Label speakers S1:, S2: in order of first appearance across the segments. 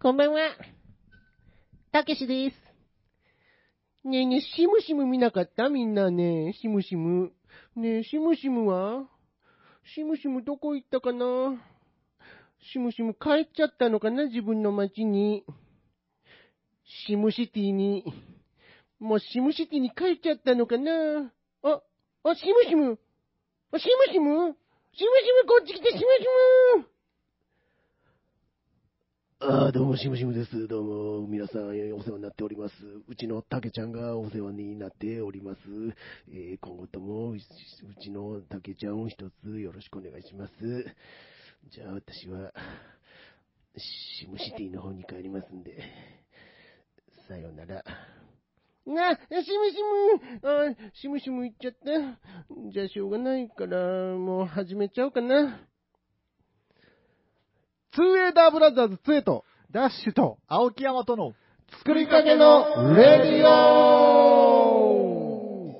S1: こんばんは。たけしです。ねえねえ、しむしむ見なかったみんなねえ、しむしむ。ねえ、しむしむはしむしむどこ行ったかなしむしむ帰っちゃったのかな自分の町に。シムシティに。もうシムシティに帰っちゃったのかなあ、あ、シムシムあ、シムシムシムシムこっち来てシムシムああ、どうも、しむしむです。どうも、皆さん、お世話になっております。うちのたけちゃんがお世話になっております。えー今後とも、うちうちのたけちゃんを一つよろしくお願いします。じゃあ、私は、シムシティの方に帰りますんで、 さよなら。なあ、しむしむ、あーしむしむ行っちゃった。じゃあ、しょうがないから、もう始めちゃおうかな。
S2: ツーエイダーブラザーズ2と、ダッシュと、青木山との、
S1: 作りかけのレディオ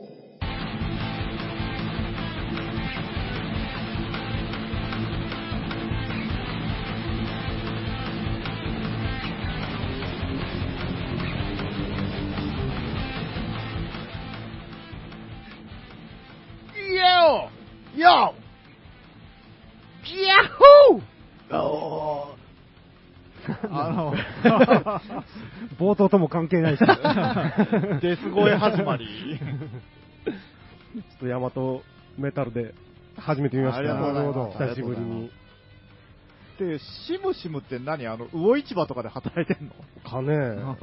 S1: イエオヨギャッホーおー
S2: あ
S3: 冒頭とも関係 ないし、ちょ
S2: の、デス声始まり。
S3: っとヤマトメタルで始めてみました。
S2: ありがとうございます
S3: 久しぶりに。
S2: で、シムシムって何あの、魚市場とかで働いてんの
S3: かね、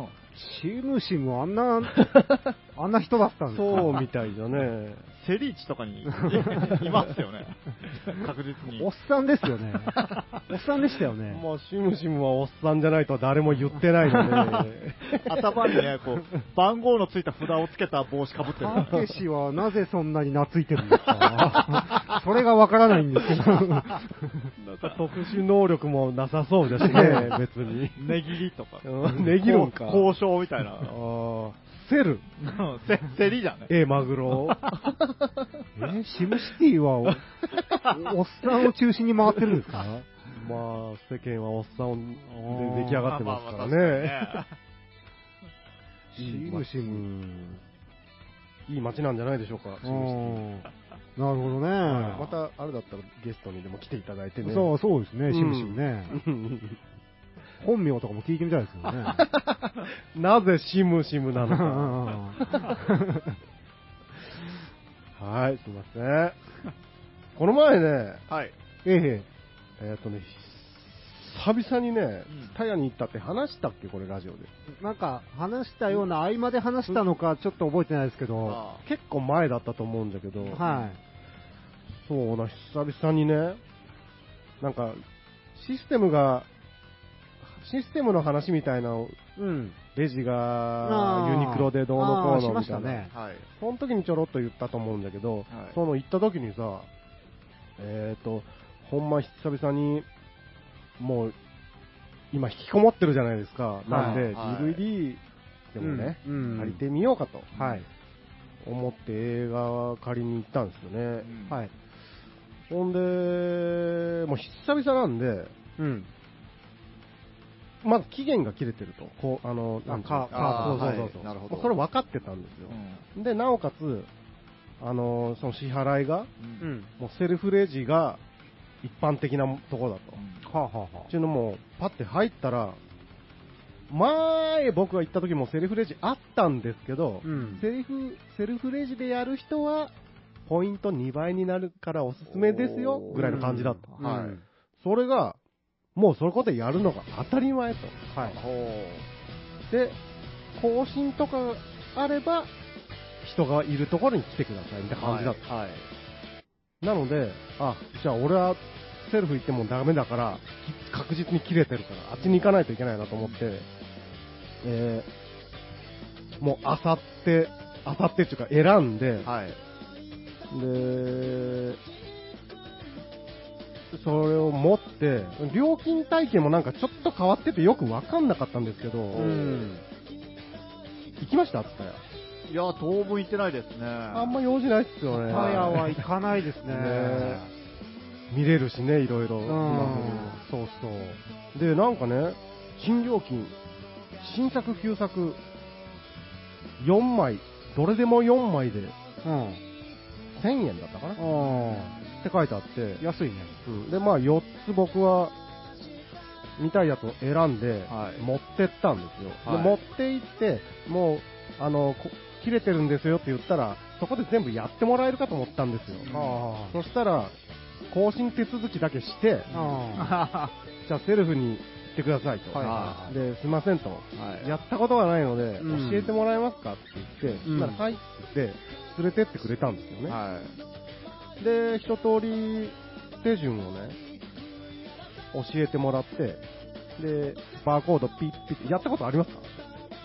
S3: シムシムあんな、 あんな人だったんですかそうみたいだね。
S2: セリーチとか にいますよね。確実に。
S3: おっさんですよね。おっさんでした よね。
S4: まあ、シムシムはおっさんじゃないとは誰も言ってないので、
S2: 頭にね、こう、番号のついた札をつけた帽子かぶってる。
S3: たけしはなぜそんなに懐いてるんですか それがわからないんで すけど。
S4: なんか特殊能力もなさそうだ しね、別に。
S2: ねぎりとか。
S4: うんねぎるんか。
S2: こ う交渉みたい
S4: あ
S2: な。
S4: ーセル、
S2: セセリじゃね。
S4: A マグロ。
S3: え、シムシティ はおおっさんを中心に回ってるんですか
S4: まあ、世間はおっさん
S3: ー
S4: で出来上がってますから
S2: まあ
S4: ね。
S2: まあ確か
S3: シムシム。
S4: いい街なんじゃないでしょうか、シムシ
S3: うんなるほど
S4: テ
S3: ね。
S4: ィまた、あれだったらゲストにでも来ていただいてね。。
S3: そうう、そうですね、しむしむね。本名とかも聞いてみたいですよね。
S4: なぜシムシムなのか。 はい、すいません。この前ね、
S2: にねはい。
S3: ええ、
S4: えっ、とね、久々にね
S2: うん、
S4: タヤに行ったって話したっけ、これ、ラジオで。
S3: なんか、話したような、合間で話したのか、ちょっと覚えてないですけど、は
S2: あ
S4: 結構前だったと思うんだけど、
S3: い。
S4: そうな、久々にね、なんか、システムが、システムの話みたいなのを
S3: うん。
S4: レジ
S3: あ
S4: が
S3: ー
S4: ユニクロでどうのこう
S3: あーし
S4: の
S3: ま
S4: み
S3: した
S4: い
S3: た
S4: な、
S3: ね。
S2: はい。
S4: その時にちょろっと言ったと思うんだけど、その行った時にさ、えっ、と、ほんま久々に、もう、今引きこもってるじゃないですか。なんで、
S2: はい
S4: DVD でもね、
S3: うん
S4: 借りてみようかと、
S3: はい。
S4: 思って映画借りに行ったんですよね。
S2: うん
S3: はい。
S4: ほんで、もう久々なんで、
S3: うん。
S4: まず期限が切れてると。こう、あの、なんていうの
S3: かか
S4: そうそう
S2: はい
S4: そうそう。
S2: なるほど
S4: もうそれ分かってたんですよ。で、なおかつ、あの、その支払いが、
S2: うん
S3: う
S2: うん
S3: ん。
S4: もうセルフレジが一般的なとこだと。
S3: はあ、はあは
S4: っていうのも、パッて入ったら、前僕が行った時もセルフレジあったんですけど
S3: あ、、うん。
S4: セルフ、セルフレジでやる人は、ポイント2倍になるからおすすめですよ、ぐらいの感じだった。
S3: うん
S2: はい
S3: うん
S4: それが、もうそこでやるのが当たり前と。
S3: はい。
S4: で、更新とかがあれば、人がいるところに来てください、みたいな感じだった。
S2: はい。はい
S4: なので、あ、じゃあ俺はセルフ行ってもダメだから、き確実に切れてるから、あっちに行かないといけないなと思って、えー、もうあさって、あさってっていうか選んで、
S2: はい。
S4: で、それを持って、料金体系もなんかちょっと変わっててよくわかんなかったんですけど、
S3: うん。
S4: 行きましたつったよ。
S2: いや、当分行ってないですね。
S4: あんま用事ないっすよ
S3: パ
S4: ね。
S3: ヤは行かないですね。
S4: ね見れるしね、いろいろ。
S3: うん
S4: 今
S3: そうそう。
S4: で、なんかね、新料金、新作、旧作、4枚、どれでも4枚で
S3: うん。
S4: 1000円だったかなっ
S3: あ
S4: て書いてあって
S3: あ。、安いね。
S4: うんで、まあ4つ僕は見たいやつを選んで、
S2: はい
S4: 持ってったんですよ。
S2: はい
S4: で持って行って、もう、あの、こ切れてるんですよって言ったら、そこで全部やってもらえるかと思ったんですよ。
S3: あ
S4: そしたら、更新手続きだけして、
S3: あ。ああ。
S4: じゃあセルフに行ってくださいと。
S3: はい
S2: はい
S4: で、すいませんと。
S2: はい
S4: やったことがないので、
S3: うん
S4: 教えてもらえますかって言って、
S3: うん
S4: ならはいって言って、連れてってくれたんですよね。
S2: はい。
S4: で、一通り手順をね、教えてもらって、で、バーコードピッピッて、やったことありますか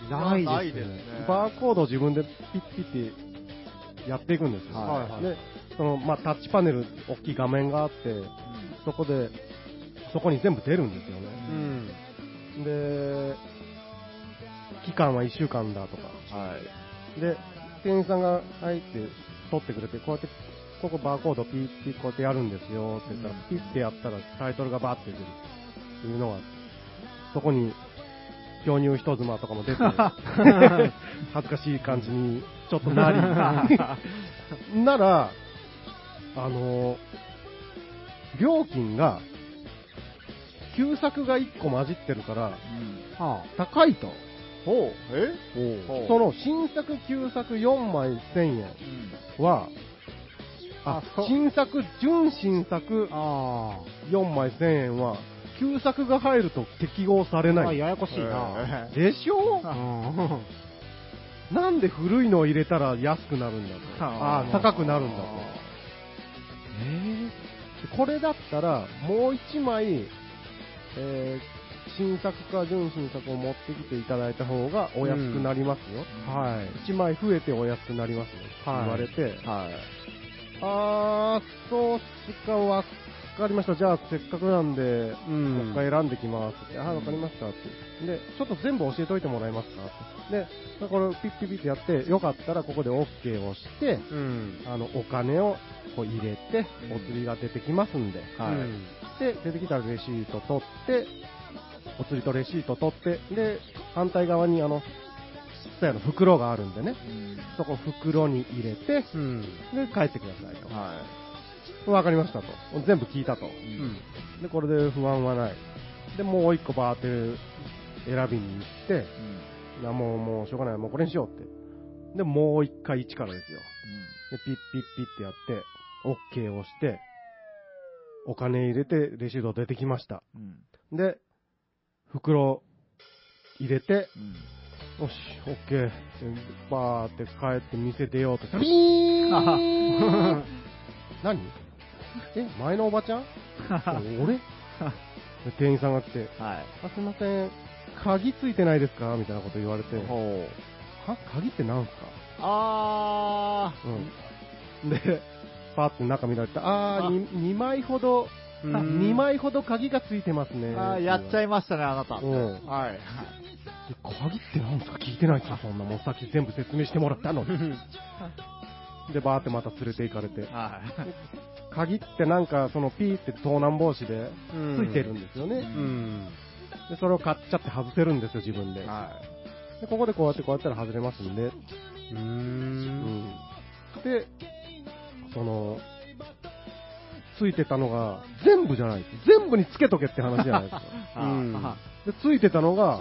S3: ないですね。
S4: バーコードを自分でピッピッてやっていくんですよ。
S2: はい
S3: はい
S4: で、その、まあ、タッチパネル、大きい画面があって、そこで、そこに全部出るんですよ
S3: う
S4: ね。
S3: ん。
S4: で、期間は1週間だとか。
S2: はい。
S4: で、店員さんが入って取ってくれて、こうやって、ここバーコードピッピッこうやってやるんですよって言ったら
S2: うん、
S4: ピッてやったらタイトルがバーって出るっていうのが、そこに、巨乳人妻とか も出て、恥ずかしい感じにちょっとな り、なら、あの、料金が、旧作が1個混じってるから、
S3: は
S4: 高いと。
S2: ほう。えほう
S4: その新作、旧作4枚1000円。は、あ
S3: あそう
S4: 新作、純新作
S3: あ。あ
S4: 4枚1000円は、旧作が入ると適合され
S3: あ。
S4: な
S3: あ
S4: い。
S3: ややこしいな。
S2: えー
S4: でしょ
S3: うん。
S4: なんで古いのを入れたら安くなるんだと。あ
S2: あー
S4: あ、高くなるんだと。でこれだったら、もう1枚、えー新作か純新作を持ってきていただいた方がお安くなりますよ。
S3: は
S4: 1枚増えてお安くなりますよ。
S3: はい
S4: 言われて、
S2: はい。
S4: あー、そうっすか、わっかりました。じゃあ、せっかくなんで、
S3: い。う
S4: もうん一。回選んできますって。あー、わかりましたって。で、ちょっと全部教えといてもらえますかって。で、これをピッピッピッってやって、よかったらここで OK をして、
S3: うん。
S4: あの、お金をこう入れて、お釣りが出てきますんで。
S2: はい
S3: うん
S4: で、出てきたらレシート取って、お釣りとレシート取って、で、反対側にあの、ちっちゃいあの袋があるんでね。そこ袋に入れて、
S3: うん。
S4: で、帰ってくださいと。
S2: は
S4: わかりましたと。全部聞いたと。
S2: い。
S3: うん。
S4: で、これで不安はない。で、もう一個バーって選びに行って、いやもう、もうしょうがない。もうこれにしようって。で、もう一回一からですよ。で、ピッピッピッってやって、OK を押して、お金入れて、レシート出てきました。
S2: うん。
S4: で、袋入れて、
S2: うん。
S4: よし、OK。バーって帰って店出ようとしたら、ビーン 何え、前のおばちゃん俺で店員さんが来て、
S2: はい。
S4: あ、すいません、鍵ついてないですかみたいなこと言われて、は
S2: ほう。
S4: 鍵ってなんすか
S2: あ
S4: うん。で、パーって中見られて、あー、
S2: あ
S4: に2枚ほど、
S3: うん
S4: 2枚ほど鍵がついてますね。
S2: ー。あーやっちゃいましたね、あなた。
S4: うん
S2: はい。
S4: で鍵ってなんですか聞いてないですよ、そんなもん。さっき全部説明してもらったのに。で、バーってまた連れて行かれて。
S2: はい。
S4: 鍵ってなんか、そのピーって盗難防止でついてるんですよね。
S3: う。
S2: うん
S4: で、それを買っちゃって外せるんですよ、自分で。
S2: は
S4: で、ここでこうやってこうやったら外れますんで。
S3: う。
S4: うんん。で、その、ついてたのが、全部じゃないです。全部につけとけって話じゃないです か。
S2: い。
S3: うん
S2: は
S4: で、ついてたのが、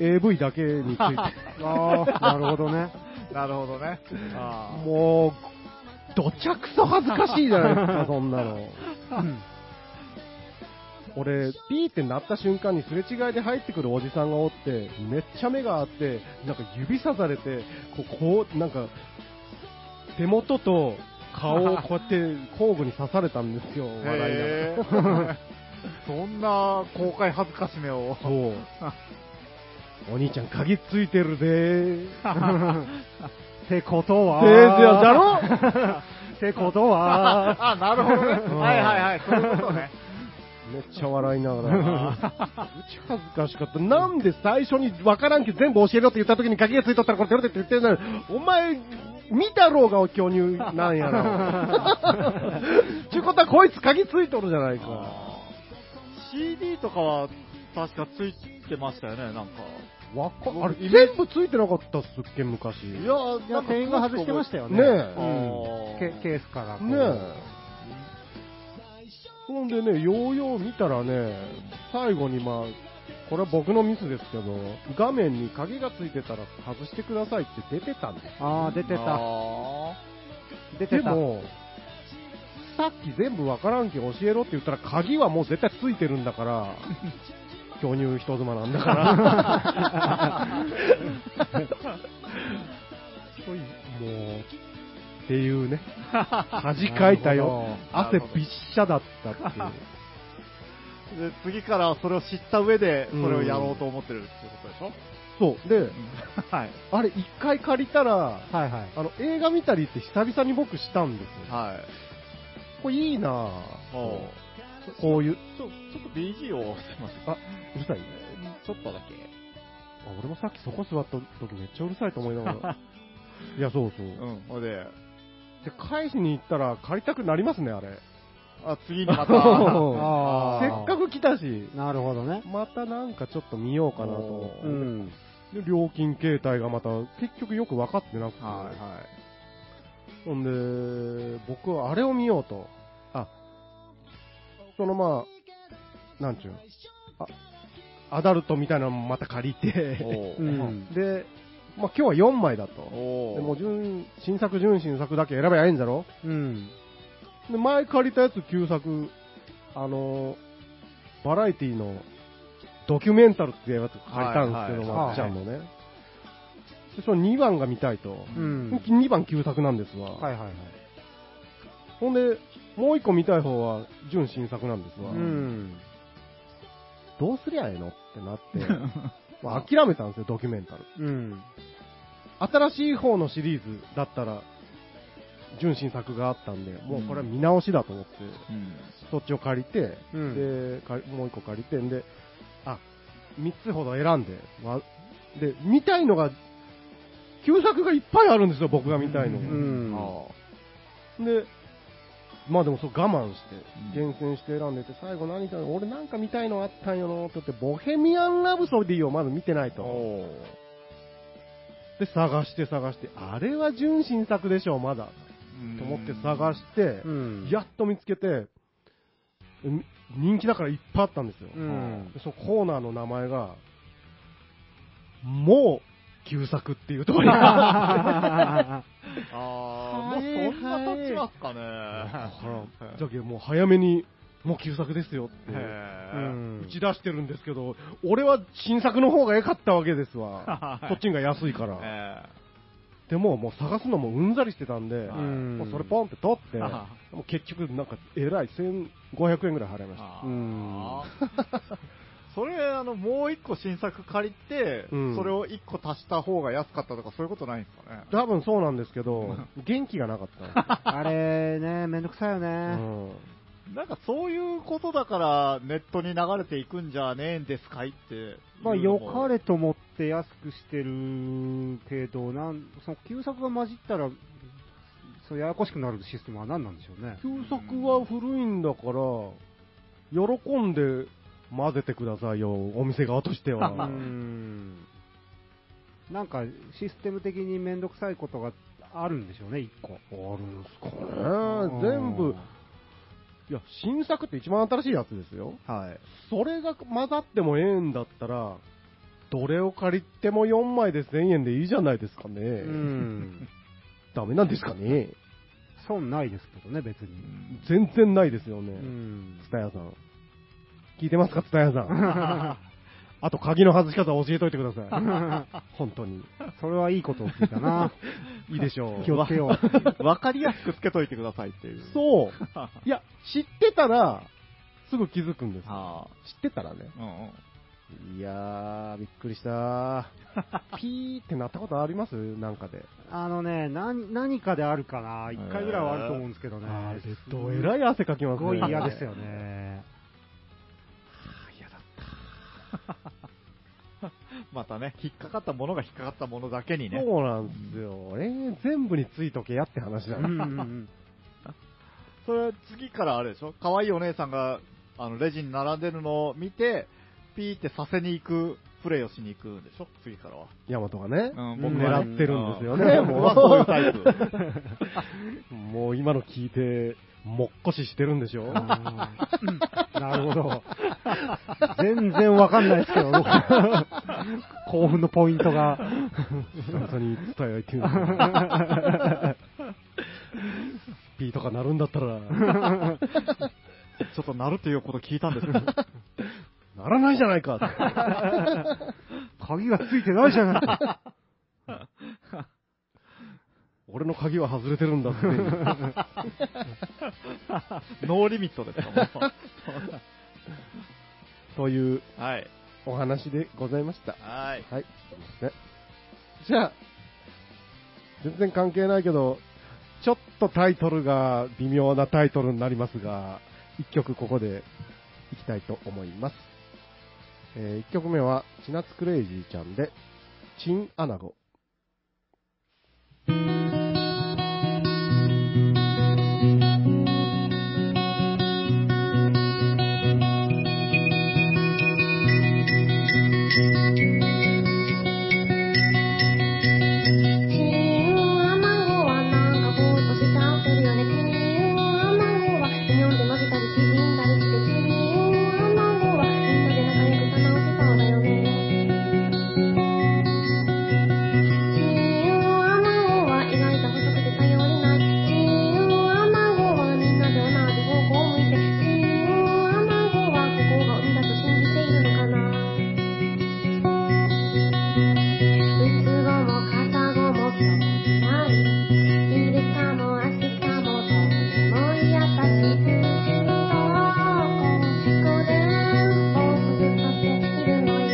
S4: AV だけについて。
S3: ああ、なるほどね。
S2: いなるほどね。あ
S4: もう、どちゃくそ恥ずかしいじゃないですか、そんなの。俺、ピーって鳴った瞬間にすれ違いで入ってくるおじさんがおって、めっちゃ目があって、なんか指さされて、こう、こうなんか、手元と顔をこうやって交互に刺されたんですよ、
S2: あ。
S4: 笑いながら。
S2: へーそんな公開恥ずかしめを。
S4: そう。お兄ちゃん、鍵ついてるぜー。
S3: ってことは。
S4: せーせーだろ
S3: ってことは。
S2: あ、なるほどね。
S4: うん
S2: はいはいはい。そういうことね。
S4: めっちゃ笑い ながら。うち恥ずかしかった。なんで最初にわからんけど全部教えろって言った時に鍵がついとったらこれ出ろって言ってんのに、お前、見たろうが巨乳なんやろ。ちゅうことはこいつ鍵ついとるじゃないか。
S2: CD とかは確かついてましたよね、なんか。
S4: わか
S2: 僕
S4: あれ、
S2: イメージ
S4: 全部ついてなかったっすっけ、昔。
S2: い
S4: ね
S2: や、
S3: いや、店員が外してました
S2: よ。
S3: よ
S4: ね
S3: ね。
S4: え
S3: うんケケースからこう。
S4: え。ほんでね、ようよう見たらね、最後にまあ、これは僕のミスですけど、画面に鍵がついてたら外してくださいって出てたんです。
S3: ああ、出てた。
S2: あ
S3: 出て
S4: で
S3: た。
S4: も、さっき全部わからんけん教えろって言ったら、鍵はもう絶対ついてるんだ から、巨乳人妻なんだから。そういうもう、っていうね、恥かいたよ。
S2: なる
S4: 汗
S2: ほど
S4: びっしゃだったっていう。
S2: ーで次からはそれを知った上で、そ
S4: うん
S2: れをやろうと思ってるってことでしょ、
S4: そう。で、
S2: はい。
S4: あれ一回借りたら、
S3: はいはい。
S4: あの、映画見たりって久々に僕したんですよ。
S2: はい。
S4: これいいなぁ
S2: おう
S4: こういう、
S2: ちょちょっと BG をしてます
S4: あ、うるさいね。
S2: ちょっとだけ。
S4: あ俺もさっきそこ座った時めっちゃうるさいと思いながら。いや、そうそう。
S2: うん。ほいで、
S4: で、返しに行ったら借りたくなりますね、あれ。
S2: あ、次にまた。
S4: そう
S3: あ
S4: せ
S3: ー
S4: っかく来たし、
S3: なるほどね。
S4: またなんかちょっと見ようかなと思
S2: お
S4: っ
S2: ー
S3: うん。
S4: て。で、料金形態がまた結局よく分かってなくて。
S2: はいはい。
S4: ほんで、僕はあれを見ようと。あ、そのまあ、なんちゅうのあ、アダルトみたいなのもまた借りて、
S2: お
S3: う。
S2: うん
S4: で、まあ今日は4枚だと。
S2: お
S4: で
S2: ー
S4: もう純、新作、純新作だけ選べばいいんだろ
S3: うん。
S4: で、前借りたやつ旧作、あのーバラエティのドキュメンタルっていうやつ借りたんですけど、
S3: はいはい
S4: まっちゃんのね。で、その2番が見たいと。
S3: うん。
S4: 2番旧作なんですわ。
S3: はいはいはい。
S4: ほんで、もう一個見たい方は、純新作なんですわ。
S3: うん。
S4: どうすりゃええのってな って、まあ諦めたんですよ、ドキュメンタル。
S3: うん。
S4: 新しい方のシリーズだったら、純新作があったんで、もうこれは見直しだと思っ
S2: う
S4: て、
S2: ん
S4: そっちを借りて、
S3: う
S4: で、
S3: ん
S4: かもう一個借りて、んで、あ、三つほど選んで、わで、見たいのが、旧作がいっぱいあるんですよ、僕が見たいの。
S3: うん
S2: あ
S4: で、まあでもそう我慢して
S2: うん、
S4: 厳選して選んでて、最後何か、俺なんか見たいのあったんよなって言って、ボヘミアン・ラブソディをまず見てない
S2: ー
S4: と。
S2: おー
S4: で、探して探して、あれは純新作でしょ、まだ。と思って探して
S3: う、ん。
S4: やっと見つけて、ん人気だからいっぱいあったんですよ。
S3: うん
S4: でそのコーナーの名前が、もう、旧作っていうとこ ろに
S2: ああ、もうそんな立ちますかね。
S4: じゃけもう早めに、もう旧作ですよって。
S3: う
S2: へ。
S3: ん
S4: 打ち出してるんですけど、俺は新作の方が良かったわけです わそっちが安いか
S2: え。
S4: ら。
S2: え
S4: でも、もう探すのもうんざりしてたんで、
S3: うん
S4: もうそれポンって取 って、
S2: あ
S4: もう結局、なんか、えらい、1500円ぐらい払いまし
S2: あ
S4: た。
S2: ー
S3: うん
S2: それ、あの、もう一個新作借りて、
S4: うん
S2: それを一個足した方が安かったとか、そういうことないんですかね。
S4: 多分そうなんですけ ど、元気がなかった。
S3: あれね、めんどくさいよ
S4: う
S3: ね。
S4: ん
S2: なんかそういうことだから、ネットに流れていくんじゃねえんですかいって。
S3: まあ、
S2: いうの
S3: 良
S2: も
S3: かれと思って安くしてるけど、なん、その、旧作が混じったら、そう、ややこしくなるシステムは何なんでしょうね。
S4: 旧作は古いんだから、喜んで混ぜてくださいよ、お店側と して
S3: う
S4: は。
S3: ん。なんか、システム的にめんどくさいことがあるんでしょうね、一個。
S4: あるんすかね。全部、いや、新作って一番新しいやつですよ。
S2: はい。
S4: それが混ざってもええんだったら、どれを借りても4枚で1000円でいいじゃないですかね。
S3: うん。
S4: ダメなんですかね。
S3: 損ないですけどね、別に。
S4: 全然ないですよ
S3: う
S4: ね。
S3: ん。
S4: ツタヤさん。聞いてますか、ツタヤさ ん。あと、鍵の外し方教えといてください。本当に。
S3: それはいいことを聞いたな。
S4: いいでしょう。
S3: 気をつけよう。
S2: わかりやすくつけといてくださいっていう。う。
S4: そう。いや、知ってたら、すぐ気づくんです。
S2: は
S4: 知ってたらね。
S2: あ。うんうん。
S4: いやー、びっくりしたー。ピーってなったことありますなんかで。
S3: あのね、何、何かであるかな。一回ぐらいはあると思うんですけどね。
S4: あれ、ど
S3: す
S4: えらい汗かきますすね。
S3: ごい嫌ですよね。
S2: またね、引っかかったものが引っかかったものだけにね。
S4: そうなんですよ。えー全部についとけやって話
S3: う
S4: だ
S3: んう
S4: ね。
S3: んうん
S2: それは次からあれでしょ可愛いお姉さんが、あの、レジに並んでるのを見て、ピーってさせに行く、プレイをしに行くんでしょ次からは。
S4: ヤマトがね、
S2: うん
S3: 僕
S4: 狙
S3: は
S2: ね
S4: ってるんですよ
S2: う
S4: ね、
S2: ん僕
S4: も
S2: はそういうタ イプ。
S4: う。もう今の聞いて、もっこししてるんでしょ
S3: なるほど。全然わかんないですけど、僕 興奮のポイントが。
S4: 本当に伝え合いっていうのピーとかなるんだったら、
S2: ちょっとなるということ聞いたんですけど。
S4: ならないじゃないかって
S3: 鍵がついてないじゃないか。
S4: 俺の鍵は外れてるんだっていう。
S2: ノーリミットですか、 もう
S4: という
S2: はい。
S4: お話でございました。
S2: はい。
S4: はい。ね、じゃあ、全然関係ないけど、ちょっとタイトルが微妙なタイトルになりますが、1曲ここでいきたいと思います。え1曲目は、ちなつクレイジーちゃんで、チンアナゴ。
S5: チンアナゴはなんかぼーっとして立ってるよね。チンアナゴは日本で伸びたり縮んだりして、チンアナゴはみんなで仲良く楽しそうだよね。チンアナゴは意外と細くて頼りない。チンアナゴはみんなで同じ方向を向いて、チンアナゴはここが海だと信じているのかな。うつごもかさごも興味ないいるかもあしかもどうでもいいあたしずっとここで往復させているのよ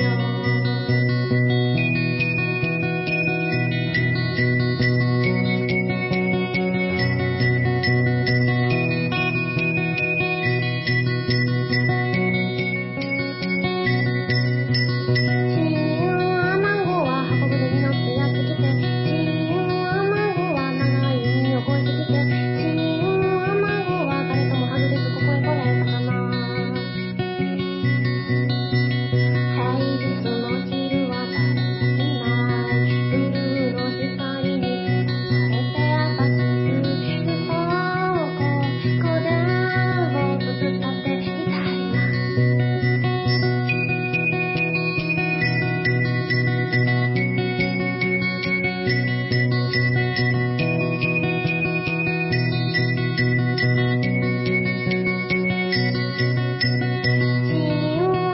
S5: チンアナゴは箱舟に乗ってやってきてチンアナゴは長い耳を越えてきてチンアナゴは誰ともはぐれずここへ来られたかな平日の昼は誰もいないブルーの光に照らされて私ずっとここでぼーっと突っ立っていたいなチン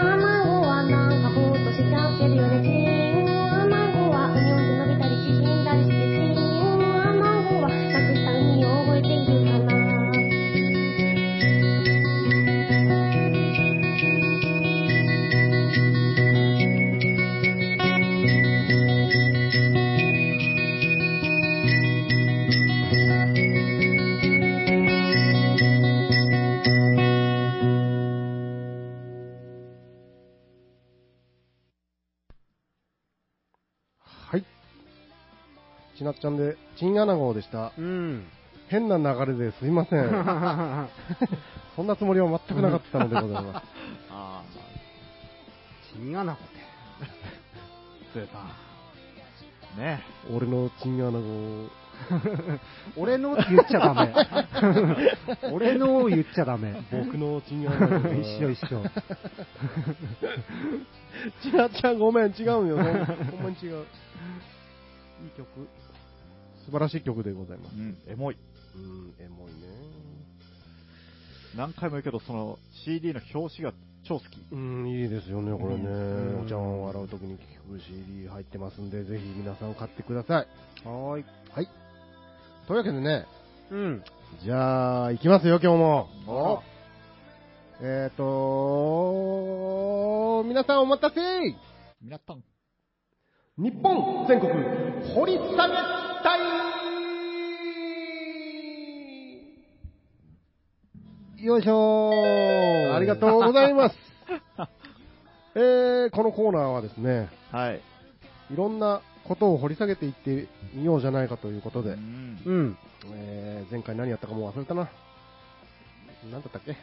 S5: アナゴはなんかぼーっとしちゃってるよねチンアナゴはうにょんで伸びたり縮んだりしてチンアナゴはなくした海を覚えているかな
S4: はい。ちなっちゃんで、チンアナゴでした。
S3: うん。
S4: 変な流れですいませ ん。そんなつもりは全くなかったのでございま
S2: あ
S3: チンアナゴって。
S4: す。出た。
S2: あ、ね
S4: 俺のチンアナゴ。
S3: 俺のって言っちゃダメ。俺のを言っちゃダメ。
S4: 僕のチンアナゴ。
S3: 一緒一緒。
S4: ちなちゃんごめん、違うよ。ほんほ んまに違う。いい曲。素晴らしい曲でございま
S2: う
S4: す。
S2: ん、エモい。
S4: うん、エモいね。
S2: 何回も言うけど、その CD の表紙が超好き。
S4: うん、いいですよね、これね。
S3: うん
S4: お茶碗を洗うときに聞く CD 入ってますんで、ぜひ皆さん買ってください。
S3: はーい。
S4: はい。というわけでね、
S3: うん。
S4: じゃあ、行きますよ、今日も。
S2: お
S4: えーと、皆さんお待たせ
S2: みなったん。
S4: 日本全国掘り下げ隊
S3: よいしょー
S4: ありがとうございます。えー、このコーナーはですね、
S2: はい。
S4: いろんなことを掘り下げていってみようじゃないかということ
S2: う
S4: で、
S2: ん
S3: うん。
S4: えー、前回何やったかもう忘れたな。何だったっけ忘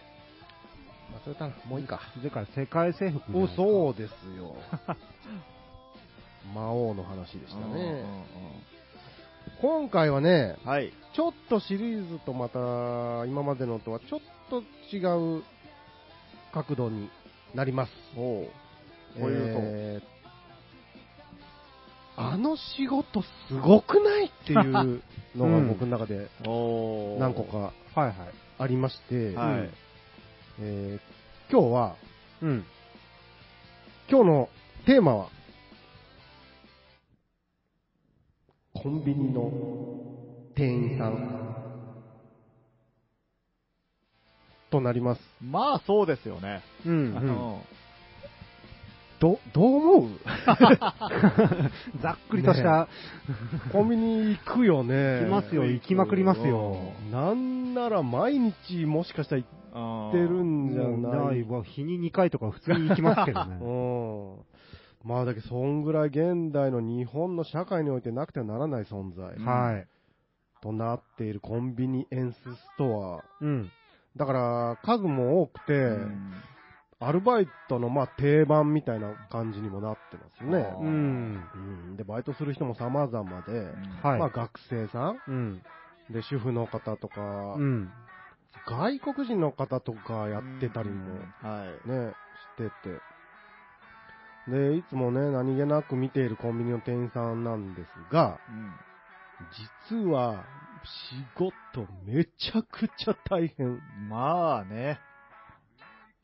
S4: れたな。もういいか。
S3: それから世界征服
S4: お、
S3: う。
S4: そうです よ。魔王の話でした
S2: うんうん
S4: ね。今回はね、
S2: うんはい。
S4: ちょっとシリーズとまた、今までのとはちょっと違う角度になります。
S2: おう。こういう
S4: えーあの仕事すごくないっていうのが僕の中で
S2: と。おう
S4: 何個。か
S3: はいはい。
S4: ありまして、
S2: はい。
S4: えー今日は、
S3: うん。
S4: 今日のテーマは、コンビニの店員さんとなります。
S2: まあそうですよね。
S3: う。
S2: うんん
S4: ど、どう 思う
S3: ざっくりとした。
S4: コンビニ行くよね。
S3: 行きますよ行きまくりますよ
S4: なんなら毎日もしかしたら行ってるんじゃ
S3: な
S4: ないい
S3: わ。日に2回とか普通に行きますけどね。
S4: うん。まあだけど、そんぐらい現代の日本の社会においてなくてはならない存在
S3: はい。
S4: となっているコンビニエンスストア。
S3: うん。
S4: だから、数も多くて、
S2: うん
S4: アルバイトのまあ定番みたいな感じにもなってますね
S2: あ。ー
S3: うん。
S4: うん、で、バイトする人も様々で、
S3: はい。
S4: まあ学生さん
S3: うん。
S4: で、主婦の方とか、
S3: うん。
S4: 外国人の方とかやってたりもね、
S2: はい。
S4: してて。で、いつもね、何気なく見ているコンビニの店員さんなんですが、
S2: うん
S4: 実は、仕事めちゃくちゃ大変。
S2: まあね。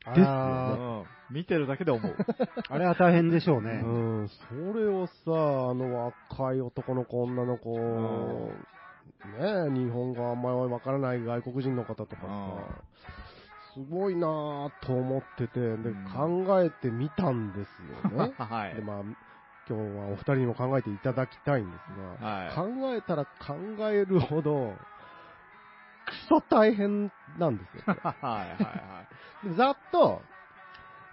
S3: あ
S4: ですよね
S3: ら
S2: うん見てるだけで 思う。
S3: あれは大変でしょうね。
S4: うん、それをさ、あの若い男の子、女の子、
S2: ん
S4: ねえ、日本語あんまりわからない外国人の方とかさ、すごいなぁと思ってて、で
S2: う、ん。
S4: 考えてみたんですよね
S2: はい
S4: で、。まあ、今日はお二人にも考えていただきたいんですが、
S2: はい
S4: 考えたら考えるほど、クソ大変なんで すよ。
S2: はいはいはい。
S4: ざっと、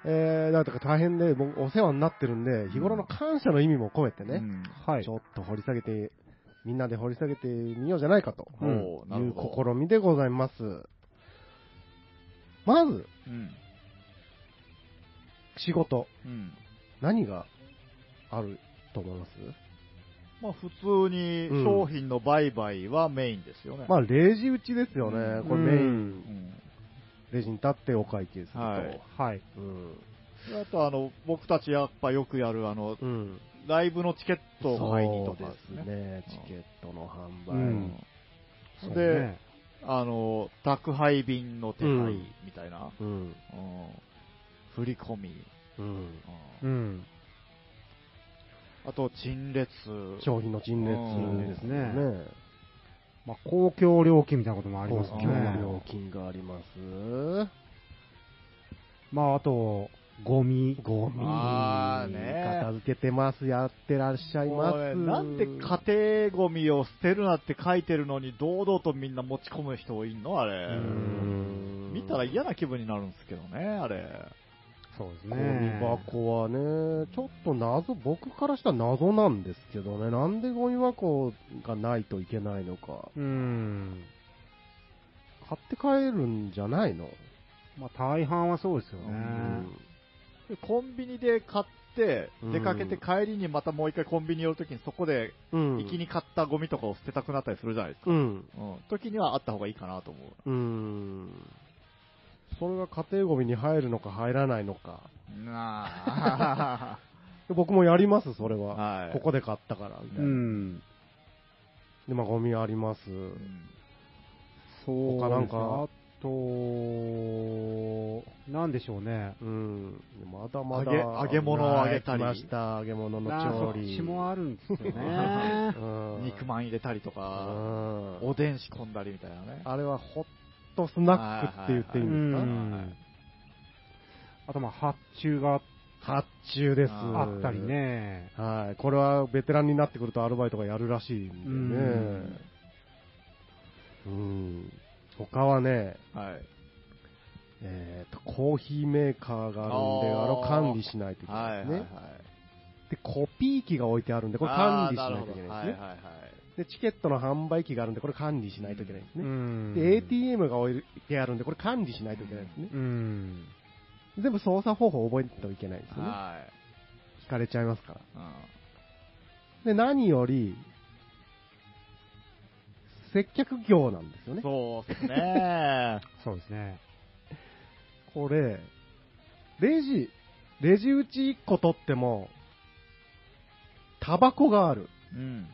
S4: えー、なんとか大変で、僕、お世話になってるんで、日頃の感謝の意味も込めて
S2: う
S4: ね、
S2: ん
S3: はい
S4: ち。ょっと掘り下げて、みんなで掘り下げてみようじゃないかと、
S2: おー
S4: い
S2: なる
S4: う
S2: ほど。
S4: 試みでございます。まず、
S2: うん。
S4: 仕事。
S2: うん。
S4: 何があると思います
S2: まあ普通に
S4: うん
S2: 商品の売買はメインですよね。
S4: まあ、レジ打ちですよね。これメイン、
S3: ン
S2: うん
S4: レジに立ってお会計すると。
S2: はい
S3: はい。
S4: うん。
S2: あとあの、僕たちやっぱよくやるあの、
S4: うん。
S2: ライブのチケットを買いにと
S4: そ
S2: か
S4: う
S2: で
S4: ですす
S2: ね。
S4: ね。チケットの販売。
S3: うん
S2: うん
S3: そう
S2: で、
S3: ね
S2: あの、宅配便の手配みたいな、
S4: うん。
S2: うん振り込み、
S4: うん。
S2: う
S3: うんん。
S2: あと陳列、
S4: 商品の陳列
S2: うん
S4: ですね。
S3: ねまあ、公共料金みたいなこともあり
S4: 公
S3: ます
S4: 共
S3: ね。
S4: 料金があります。
S3: まあ、あと、ゴミ。
S4: ゴミ、
S2: あーね
S4: 片付けてます。やってらっしゃいま
S2: もうね
S4: す。
S2: なんで家庭ゴミを捨てるなって書いてるのに堂々とみんな持ち込む人いんのあ
S4: う
S2: れ。
S4: ん
S2: 見たら嫌な気分になるんですけどね、あれ。
S3: そうです
S4: ゴミ
S3: ね。
S4: 箱はね、ちょっと謎、僕からしたら謎なんですけどね、なんでゴミ箱がないといけないのか。
S3: うん。
S4: 買って帰るんじゃないの、
S3: まあ、大半はそうですよね。
S4: うん
S2: でコンビニで買って
S4: う、ん
S2: 出かけて帰りにまたもう一回コンビニ寄るときにそこで
S4: うん。
S2: 行きに買ったゴミとかを捨てたくなったりするじゃないですか。
S4: うん。
S2: うん。時にはあった方がいいかなと思う。
S4: うん。それが家庭ゴミに入るのか入らないのか。
S2: な
S4: 僕もやります、それ
S2: あ。
S4: は。
S2: はい。
S4: ここで買ったから、みた
S3: う
S4: いな。
S3: ん。
S4: で、まあ、ゴミあります。
S2: うん
S3: そう
S4: 他なん
S3: です
S4: か
S3: ねあと、なんでしょうね。
S4: うん。まだまだ。
S2: 揚げ揚げ物を揚げたり
S4: はい来ました、揚げ物
S3: な
S4: の調
S3: そっ
S4: 理。。
S3: ちもあるんですよ
S4: う
S3: ね
S4: ん
S2: 肉まん入れたりとか、
S4: うん
S2: おでん仕込んだりみたいなね。
S4: あれはホットスナックって言っていいんで
S3: う
S4: すか
S3: んあと、まあ、発注が
S4: 発注です。
S2: あ
S3: あったり。ね。
S4: はい。これはベテランになってくるとアルバイトがやるらしいんでね。うん。他はね、
S2: はい。
S4: えっと、コーヒーメーカーがあるんで、
S2: あー
S4: あれを管理しないといけ
S2: はい
S4: な
S2: はいい
S4: で
S2: はい
S4: すね。。で、コピー機が置いてあるんで、これ管理しないといけないですね。
S2: あーるほどはいはいはい。
S4: で、チケットの販売機があるんで、これ管理しないといけないです
S3: う
S4: ね。
S3: ん
S4: で、ATM が置いてあるんで、これ管理しないといけないですね。
S3: うん。
S4: 全部操作方法覚えておいけないですよね。
S2: はい。
S4: 聞かれちゃいますから。
S2: うん
S4: で、何より、接客業なんですよね。
S2: そうですね。
S3: そうですね。
S4: これ、レジ、レジ打ち1個取っても、タバコがある。
S2: うん。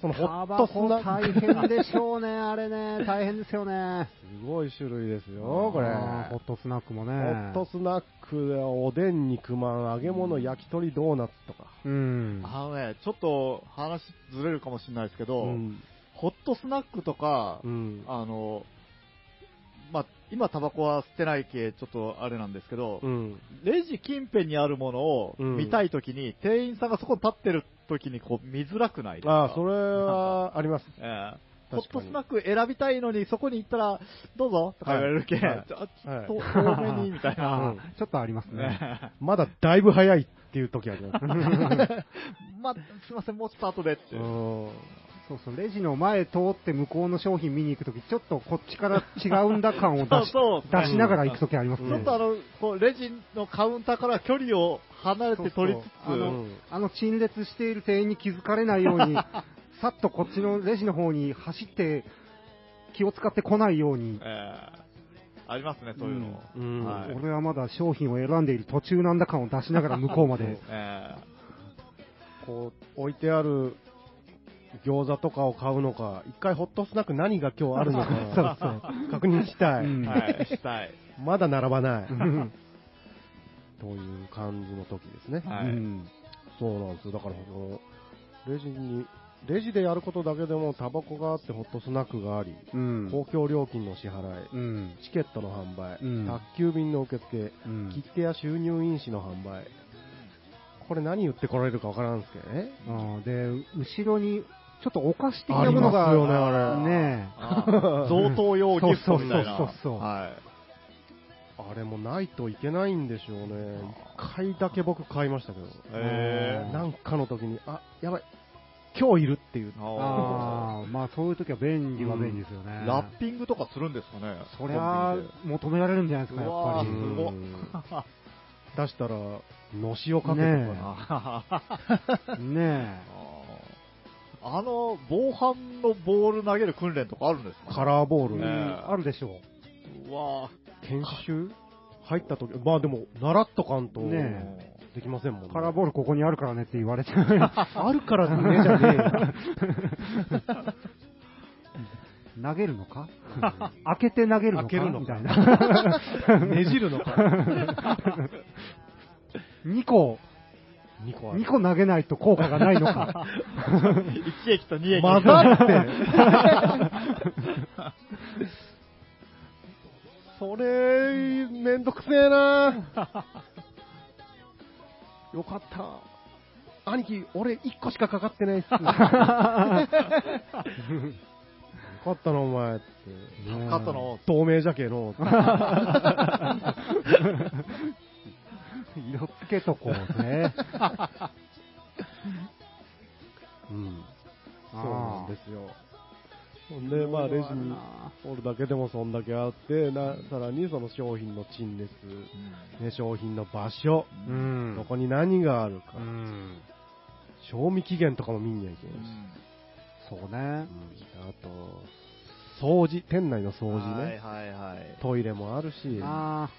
S4: そのホ
S3: タ
S4: ッ
S3: バ
S4: トス
S3: コ
S4: ナ
S3: 大
S4: ック。
S3: 変でしょうね、あれね。大変ですよね。
S4: すごい種類ですよ、これ。
S3: あーホットスナックもね。
S4: ホットスナックやおでん、肉まん、揚げ物、焼き鳥、ドーナツとか。
S3: うん。
S2: あのね、ちょっと話ずれるかもしれないですけど、
S4: うん。
S2: ホットスナックとか、
S4: うん。
S2: あの、まあ、今タバコは吸ってない系、ちょっとあれなんですけど、
S4: うん。
S2: レジ近辺にあるものを
S4: うん
S2: 見たいときに、店員さんがそこに立ってるときにこう見づらくないですか
S4: ああ、それはあります。
S2: ええホ
S4: 確
S2: ッ
S4: か
S2: ト
S4: に
S2: スナック選びたいのに、そこに行ったら、どうぞとか言われるけん、
S4: はい
S2: ちょ
S4: は
S2: ちょ
S4: い。
S2: っと多めにみたい
S3: あ
S2: な。
S3: ーちょっとありますね。
S2: ね
S4: まだだいぶ早いっていう時あり ます。
S2: まあ、すいません、もうちょっと後でって。
S4: うん
S3: そうそう、レジの前通って向こうの商品見に行くとき、ちょっとこっちから違うんだ感を出 し
S2: そうそう
S3: 出しながら行くときあります
S2: ちょ
S3: ね
S2: っ。とあの、こう、レジのカウンターから距離を離れて取りつつ、
S3: そうそうあの陳列している店員に気づかれない ように、さっとこっちのレジの方に走って、気を使ってこないように、
S2: えーありますね、そういうの。
S4: うん
S2: はい
S3: 俺はまだ商品を選んでいる途中なんだ感を出しながら向こうまで。
S2: え
S4: こう、置いてある餃子とかを買うのか、一回ホットスナック何が今日あるの か、確認したい。
S3: う
S2: ー
S3: ん
S2: はい、したい。
S4: まだ並ばない。
S3: うん
S4: という感じの時ですね。
S2: はい
S3: うん
S4: そうなんですよ。だから、その、レジに、レジでやることだけでも、タバコがあって、ホットスナックがあり、
S3: うん
S4: 公共料金の支払い、
S3: うん
S4: チケットの販売、
S3: うん
S4: 宅急便の受付、
S3: うん
S4: 切手や収入印紙の販売。これ何言ってこられるかわからんですけどね。
S3: あーで、後ろに、ちょっとお菓子的
S4: あ
S3: な
S4: り
S3: もの
S4: ますよね、
S3: が、
S4: あれ。
S3: ね
S2: あー贈答用ギフトみたいな。
S3: そうそうそうそう
S2: はい。
S4: あれもないといけないんでしょうね。一回だけ僕買いましたけど。
S2: えー
S4: なんかの時に、あ、やばい、今日いるっていう。
S2: あ
S3: あーまあそういう時は便利は便利ですよね。
S2: ーラッピングとかするんですかね
S3: そりゃあ求められるんじゃないですか、やっ
S2: あ
S3: ぱ
S2: う
S3: り
S2: わー。すごっ
S4: うん出したら、のしをかけてとか、
S3: ねえね
S2: あの、防犯のボール投げる訓練とかあるんですか
S4: カラーボー
S3: え。
S4: ル、
S3: うん
S2: ね
S3: あるでしょ
S2: うわ
S4: 研修入った時、まあでも、習っとかんと、
S2: ー
S3: ね
S4: できませんもんね。
S3: う。カラーボールここにあるからねって言われて。
S4: あるからねじゃねえよ。
S3: 投げるのか開けて投げるの
S4: 開ける
S3: か
S4: の
S3: み
S4: か
S3: たいな。
S4: ねじるのか。
S3: 2個、
S4: 2個ある。
S3: 2個投げないと効果がないのか。
S2: 1駅と2駅。
S4: 混ざって。それ、めんどくせえ なよかった。兄貴、俺1個しかかかってないっす。よかったな、お前って。
S2: 助かったの。
S4: 透明じゃけえ の。
S3: 色つけとこうね。
S4: うん。そうな
S3: あ
S4: ん
S3: ー
S4: ですよ。ほんで、まあ、レジにおるだけでもそんだけあって、な、さらにその商品の陳列、ね、商品の場所、
S3: う
S4: ど
S3: ん。
S4: こに何があるか
S3: う、ん。
S4: 賞味期限とかも見んにゃいけないし、
S3: そうね。
S4: うんあと、掃除、店内の掃除
S2: はい
S4: ね、
S2: はいはい。
S4: トイレもあるし、
S3: ああ、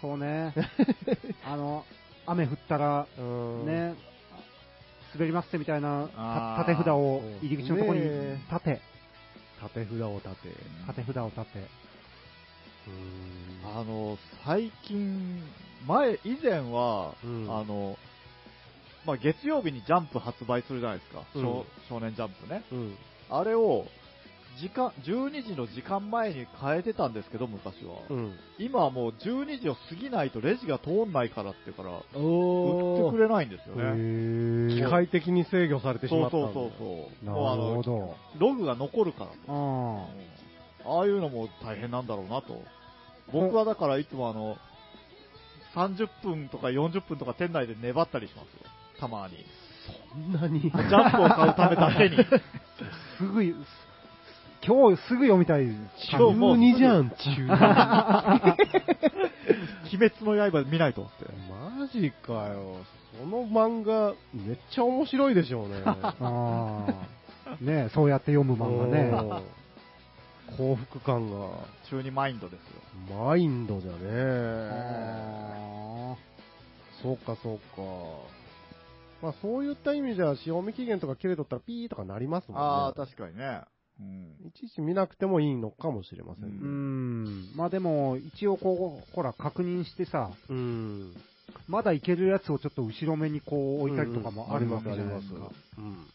S3: そうね。あの、雨降ったら、
S4: うん、
S3: ね、滑りますってみたいな
S2: あー
S3: た立て札を入り口のところに
S4: ねえ
S3: 立て、
S4: 立て札を立て、
S3: 立て札を立て。
S2: あの、最近、前、以前は、
S4: うん
S2: あの、まあ、月曜日にジャンプ発売するじゃないですか。
S4: うん
S2: 少少年ジャンプね。
S4: うん、うん、
S2: あれを、時間、12時の時間前に変えてたんですけど、昔は。
S4: うん。
S2: 今はもう12時を過ぎないとレジが通んないからってから、売って
S4: お
S2: くれないんですよね。
S3: へ
S4: 機械的に制御されてし
S2: そ
S4: ま
S2: う
S4: ったん
S2: そ
S4: だ
S2: うそうそう。
S3: なる
S2: もうあの
S3: ほど。
S2: ログが残るから。
S3: あ
S2: ああいうのも大変なんだろうなと。僕はだからいつもあの、30分とか40分とか店内で粘ったりしますよ。たまに。
S4: そんなに。
S2: ジャンプを買うためだ けに。
S3: ーすぐい、す今日すぐ読みたい。
S2: 今日もう
S4: 12じゃん、中。
S2: 鬼滅の刃見ないと思って。
S4: マジかよ。その漫画、めっちゃ面白いで しょうね。
S3: ああ。ねえそうやって読む漫画ね。
S4: うん幸福感が、
S2: 中にマインドですよ。
S4: マインドじゃね。
S3: あ
S4: そうか、そうか。まあ、そういった意味じゃ、賞味期限とか切れとったらピーとかなりますもんね。
S2: ああ、確かにね。うん。
S4: いちいち見なくてもいいのかもしれませんね。
S3: ーうん。まあでも、一応こう、ほら、確認してさ、
S4: うん。
S3: まだいけるやつをちょっと後ろめにこう置いたりとかもあるわけじゃないです
S4: うんあ
S3: か
S4: り。うん。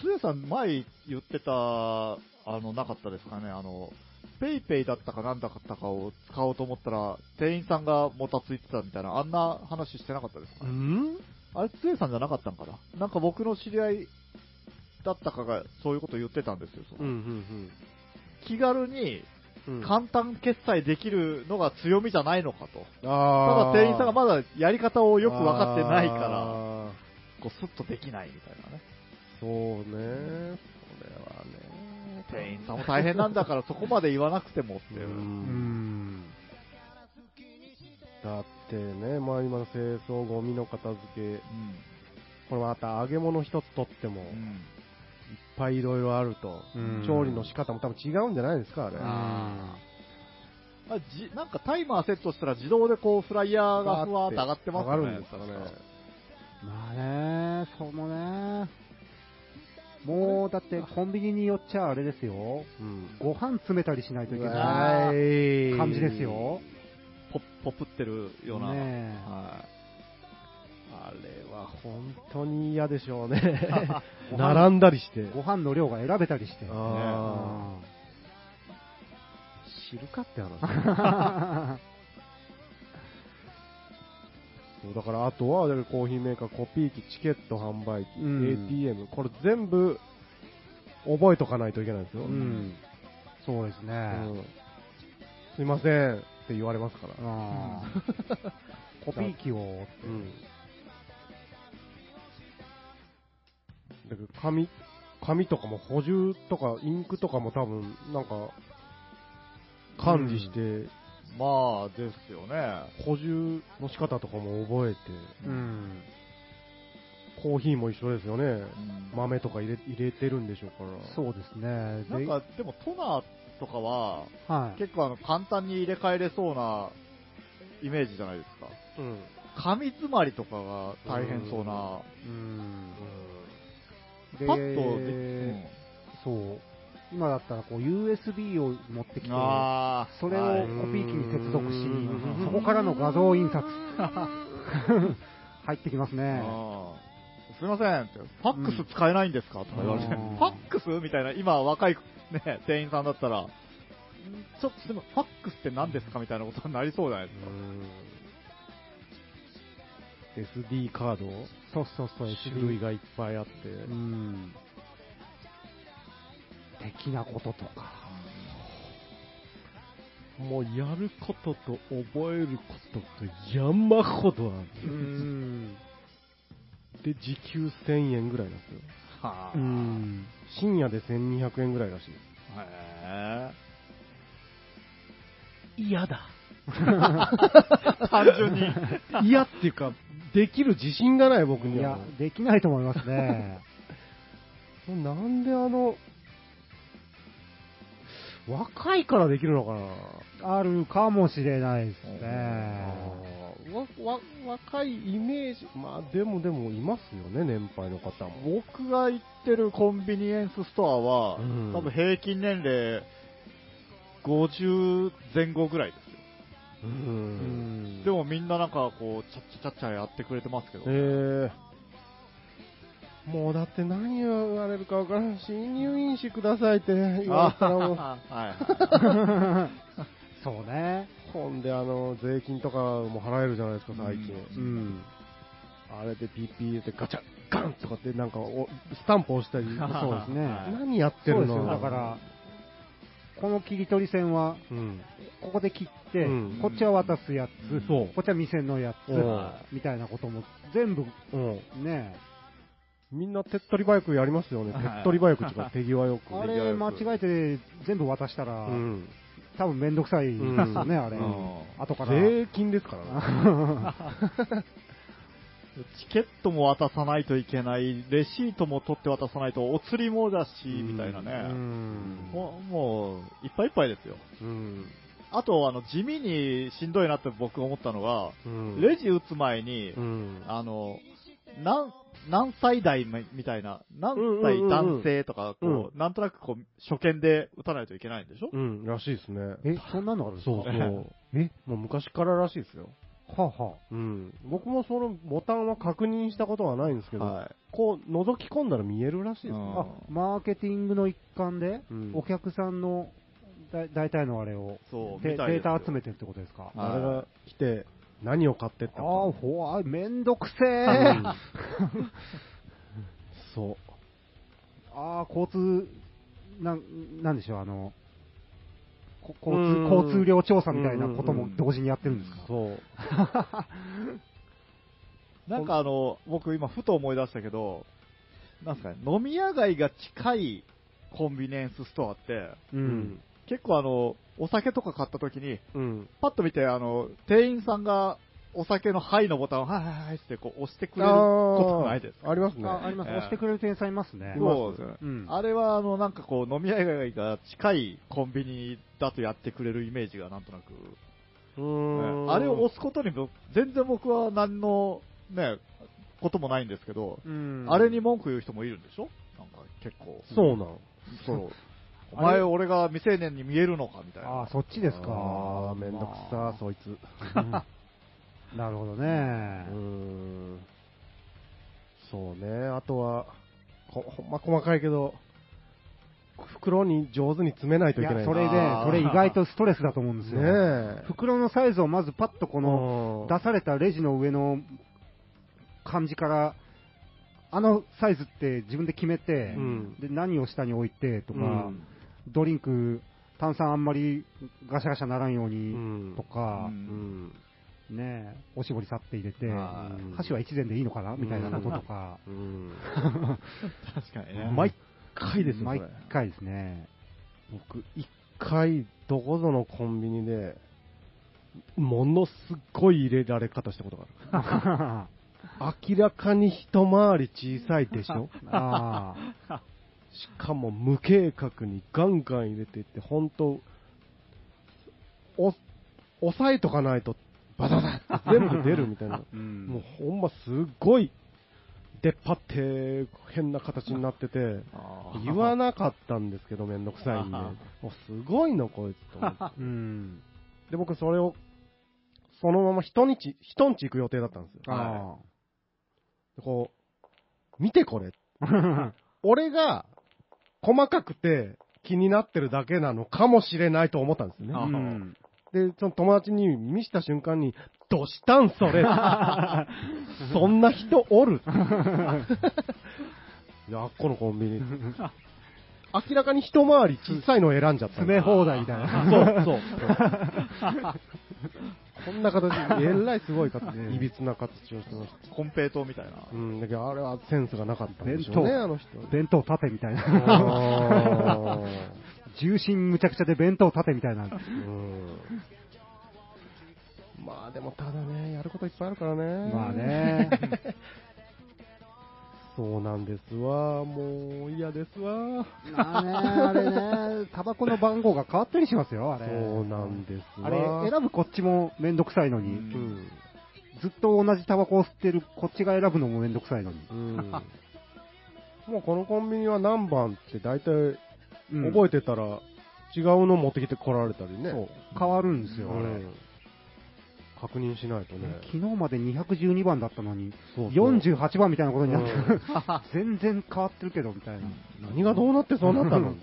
S2: つやさん、前言ってた、あの、なかったですかね、あの、ペイペイだったかなんだったかを使おうと思ったら、店員さんがもたついてたみたいな、あんな話してなかったですか、
S4: うん
S2: あれ、つやさんじゃなかったんかななんか僕の知り合いだったかが、そういうこと言ってたんですよ。その
S4: うんうん
S2: 気軽に、
S4: うん。
S2: 簡単決済できるのが強みじゃないのかと。た
S4: あ
S2: だ
S4: ー
S2: 店員さんがまだやり方をよく分かってないから、
S4: あー
S2: こう、スッとできないみたいなね。
S4: そうね。それはね。。
S2: 店員さんも大変なんだから、そこまで言わなくてもっていうう。
S3: うんん。
S4: だってね、まあ今の清掃、ゴミの片付け、
S2: うん
S4: これまた揚げ物一つとっても、いっぱいいろいろあると
S3: うん。
S4: 調理の仕方も多分違うんじゃないですか、あれ。
S3: あ
S2: あじなんかタイマーセットしたら自動でこうフライヤーがふわーっと上がってます
S4: 上が
S2: よね。
S4: るんですかね。
S3: ーまあね、そのね、もうだってコンビニによっちゃあれですよ、
S4: うん。
S3: ご飯詰めたりしないといけな
S2: わ
S4: い
S3: い感じです。よ。
S2: ポッポップってるような。
S3: ねえ
S2: は
S4: あれは本当に嫌でしょうね。並んだりして。
S3: ご飯の量が選べたりして。
S4: あ
S3: うん
S4: あ、知るかって話。そうだからあとはだからコーヒーメーカー、コピー機、チケット販売機、
S3: うん
S4: ATM、これ全部覚えとかないといけないですよ。
S3: う
S4: うん
S3: んそうですね。
S4: すいませんって言われますから。
S3: あ ーコピー機を、
S4: うんだけど紙、紙とかも補充とかインクとかも多分なんか管理して
S2: い。まあですよね。
S4: 補充の仕方とかも覚えて、
S3: うん
S4: コーヒーも一緒ですよね。
S2: うん
S4: 豆とか入れ入れてるんでしょうから。
S3: そうですね。
S2: なん
S3: で
S2: かでもトナーとかは
S3: はい。
S2: 結構あの簡単に入れ替えれそうなイメージじゃないですか。
S4: うん。うん。
S2: 紙詰まりとかが大変そうな。
S3: うん
S2: パ
S3: で
S2: ッとで、うん
S3: そう。今だったらこう USB を持ってきて、
S2: あー
S3: それ
S2: はい
S3: をコピー機に接続し
S4: うん、
S3: そこからの画像印刷。入ってきますね。
S2: あーすいませんって、ファックス使えないんですか、とか言われて、フ
S3: うん
S2: ァックスみたいな、今若い、ね、店員さんだったら、んちょっとでも、ファックスって何ですかみたいなことになりそうじゃないですか。
S4: SD カード
S3: そうそうそう、
S4: 種類がいっぱいあって。
S3: うん。的なこととか。
S4: もうやることと覚えることと山ほどあ
S3: う
S4: る。
S3: ん。
S4: で、時給1000円ぐらいなんですよ。
S2: は
S3: う
S2: ぁ、
S3: ん。
S4: 深夜で1200円ぐらいらしいで
S2: へ
S4: す。嫌だ。
S2: ぇ 単純に。
S4: 嫌っていうか、できる自信がない僕
S3: い
S4: に
S3: や
S4: は。、
S3: できないと思いますね。
S4: なんであの、若いからできるのかな
S3: あるかもしれないです
S4: あ
S3: ね。
S4: ーわわ若いイメージ、まあでもでもいますよね、年配の方も。
S2: 僕が行ってるコンビニエンスストアは、
S4: うん
S2: 多分平均年齢50前後ぐらいですよ。
S4: う。
S3: うんん
S2: でもみんななんかこう、ちゃっちゃちゃっちゃやってくれてますけど。
S4: えー、もうだって何言われるかわからんし、入院してくださいって言われたらもう、
S2: はいはい。
S3: そうね。
S4: ほんであの、税金とかも払えるじゃないですか、最近。
S2: うん
S3: うん。
S4: あれでピッピーってガチャ、ガンとかってなんかおスタンプ押したり、
S3: そうですね。
S2: はい
S4: 何やって
S3: そう
S4: る
S3: です
S4: の
S3: よ。だから、この切り取り線は、
S4: うん。
S3: ここで切って、
S4: うん
S3: こっちは渡すやつ、
S2: うん
S4: そう
S3: こっちは店のやつ、
S4: うん
S3: みたいなことも全部
S4: うん。
S3: ね、
S4: みんな手っ取り早くやりますよね。手
S2: はい
S4: っ取り早くとか手際よく。
S3: あれ間違えて全部渡したら、
S4: うん。
S3: 多分めんどくさいですよね、あれ
S2: うん。
S3: 後から。
S4: 税金ですからね。
S2: チケットも渡さないといけない、レシートも取って渡さないと、お釣りもだし、 みたいな
S3: う
S2: ね。
S3: ん
S2: もう、もういっぱいいっぱいですよ。
S4: うん。
S2: あと、あの、地味にしんどいなって僕思ったのが、
S4: うん
S2: レジ打つ前に
S4: う、ん。
S2: あの、何、何歳代みみたいな、何
S4: うんうんうんう
S2: 歳
S4: ん
S2: 男性とか、こう、なんとなくこう、初見で打たないといけないんでしょ
S4: うん、らしいですね。
S3: え、そんなのあるんですか
S4: そうそう。
S3: え
S4: もう昔かららしいですよ。
S3: はあは
S4: うん。僕もそのボタンは確認したことはないんですけど、
S2: はい
S4: こう、覗き込んだら見えるらしいです
S2: う
S4: ね
S2: ん。
S3: あ。あ、マーケティングの一環で
S4: うん、
S3: お客さんのだ大体のあれを、
S2: そう、
S3: で
S2: み
S3: デ
S2: たいで
S3: ー
S2: すよ
S3: タ集めてるってことですか。あ
S4: あれが来て、何を買ってった
S3: あ
S4: か。
S3: ー、ほわ、めんどくせえ。あ
S4: そう。
S3: あー、交通、なん、なんでしょう、あの、こ交
S4: うん
S3: 通、交通量調査みたいなことも同時にやってるんですか。
S4: そう。
S2: なんかあの、僕今ふと思い出したけど、なんすかね、飲み屋街が近いコンビニエンスストアって、
S3: う。。
S4: うん
S2: 結構あの、お酒とか買った時に、
S4: うん。
S2: パッと見て、あの、店員さんがお酒のハイのボタンを、はいはいはいってこう押してくれることないですか。
S4: あーありますね。
S3: あ、あります。
S2: ええ
S3: 押してくれる店員さんいますね。
S2: そうですよね。
S3: うん。
S2: あれは、あの、なんかこう、飲み屋街が近いコンビニだとやってくれるイメージがなんとなく、
S4: うーん。
S2: あれを押すことにも、全然僕は何の、ね、こともないんですけど、
S3: うん
S2: あれに文句言う人もいるんでしょなんか結構。
S4: そうなの。
S2: そう。お前、俺が未成年に見えるのかみたい
S3: あ
S2: な
S3: あ、。そっちですか。
S4: あー、めんどくさ、そいつ。
S3: うんなるほど
S4: う
S3: ね。
S4: ーん。そうね。あとは、こほんま細かいけど、袋に上手に詰めないと
S3: い
S4: いけ
S3: や
S4: ない、な
S3: それで
S2: あー、
S3: それ意外とストレスだと思うんですよ。
S4: ねえ。
S3: 袋のサイズをまずパッとこ
S4: の
S3: の、出されたレジの上の感じから、あのサイズって自分で決めて、
S4: うん
S3: で何を下に置いてとか、
S4: うん
S3: ドリンク、炭酸あんまりガシャガシャならんよう
S4: う
S3: に
S4: ん
S3: とか
S2: う、
S4: うんん。
S3: ねえおしぼりさって入れて、
S2: はい
S3: 箸は一膳でいいのかなみたいなこととか、
S4: うん。
S2: 確かにね。
S4: 毎回ですよ、そ
S3: 毎
S4: れ。
S3: 回です ね。
S4: 僕、一回、どこぞのコンビニで、ものすっごい入れられ方したことが
S3: あ
S4: ある。明らかに一回り小さいで しょ
S3: あ
S4: しかも無計画にガンガン入れていって、ほんと、お、押さえとかないと、バタバタって全部出るみたいな。
S3: ー、うん
S4: もうほんますごい、出っ張って、変な形になってて、
S2: あ
S4: 言わなかったんですけど、めんどくさいんで。
S2: あ
S4: もうすごいの、こいつと思って。
S3: うん。
S4: で、僕それを、そのまま人にち、人んち行く予定だったんですよ。
S3: あ
S4: でこう、見てこれ。
S3: あ。
S4: 俺が、細かくて気になってるだけなのかもしれないと思ったんですよ
S2: あ
S4: ね。
S3: うん
S4: で、その友達に見した瞬間に、どしたんそ れそんな人おるいや、あっこのコンビニ。明らかに一回り小さいのを選んじゃったんですよ。
S3: 詰め放題みたいな。
S4: そうそう。こんな形、えらいすごい 形、いびつな形をしてました。
S2: コンペイトーみたいな。
S4: うん、だけどあれはセンスがなかったんでしょうね、
S3: 弁当
S4: あの人。
S3: 弁当立てみたい な。
S4: あ
S3: 重心むちゃくちゃで弁当立てみたいな。
S4: ーうんまあでもただね、やることいっぱいあるからね。
S3: まあ。ね。
S4: そうなんですわ、もう嫌ですわ。
S3: まあね、あれね、タバコの番号が変わったりしますよ、あれ。
S4: そうなんですわ。
S3: あれ、選ぶこっちもめんどくさいの
S2: う
S3: に、
S4: うん。
S3: ずっと同じタバコを吸ってるこっちが選ぶのもめんどくさいのに。
S4: うん。 もうこのコンビニは何番って大体
S3: うん
S4: 覚えてたら、違うの持ってきて来られたりね。
S3: そう変わるんですよ、
S4: う
S3: あれ。
S4: ん確認しないとね。
S3: 昨日まで212番だったのに、
S4: そうそう
S3: 48番みたいなことになって
S4: う
S3: る。 全然変わってるけど、みたいな。
S4: 何がどうなってそうなったの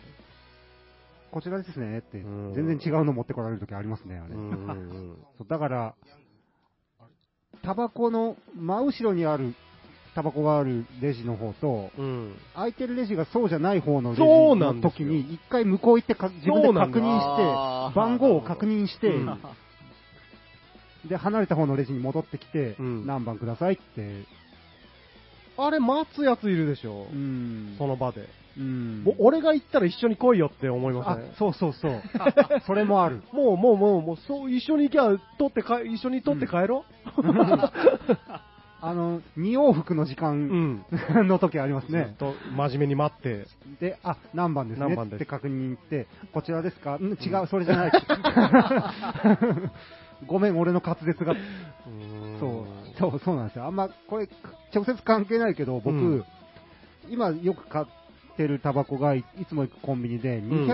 S3: こちらですねって、
S4: うん
S3: 全然違うの持ってこられるときありますね、あ
S4: う
S3: れ。
S4: んうん
S3: そうだから、タバコの真後ろにある、タバコがあるレジの方と、
S4: うん。
S3: 空いてるレジがそうじゃない方のレジ
S4: そうなん
S3: の
S4: です
S3: 時
S4: よ
S3: に、一回向こう行ってか自分
S4: そう
S3: で
S4: なんで
S3: 確
S4: す
S3: 認
S2: あー
S3: して、番号を確認して、
S4: うん
S3: で、離れた方のレジに戻ってきて、
S4: うん
S3: 何番くださいって、
S4: あれ待つやついるでしょ
S3: う。ん
S4: その場で。
S3: うん
S4: もう俺が行ったら一緒に来いよって思います
S3: あ
S4: ね。、
S3: そうそうそう。それもある。
S4: もうもうもう、もうそう一緒に行きゃ取ってか、一緒に取って帰ろ う。
S3: あの、二往復の時
S4: う
S3: 間
S4: ん。
S3: の時あります
S4: ず
S3: ね
S4: っ。と真面目に待って。
S3: で、あ、何番ですね
S4: 何番
S3: っ
S4: です
S3: て確認行って、こちらですかうん、違う、それじ ゃない。ごめん、俺の滑舌が。そう、そう、そうなんですよ。あんま、これ、直接関係ないけど、僕、
S4: うん
S3: 今よく買ってるタバコがいいつも行くコンビニで、
S4: ん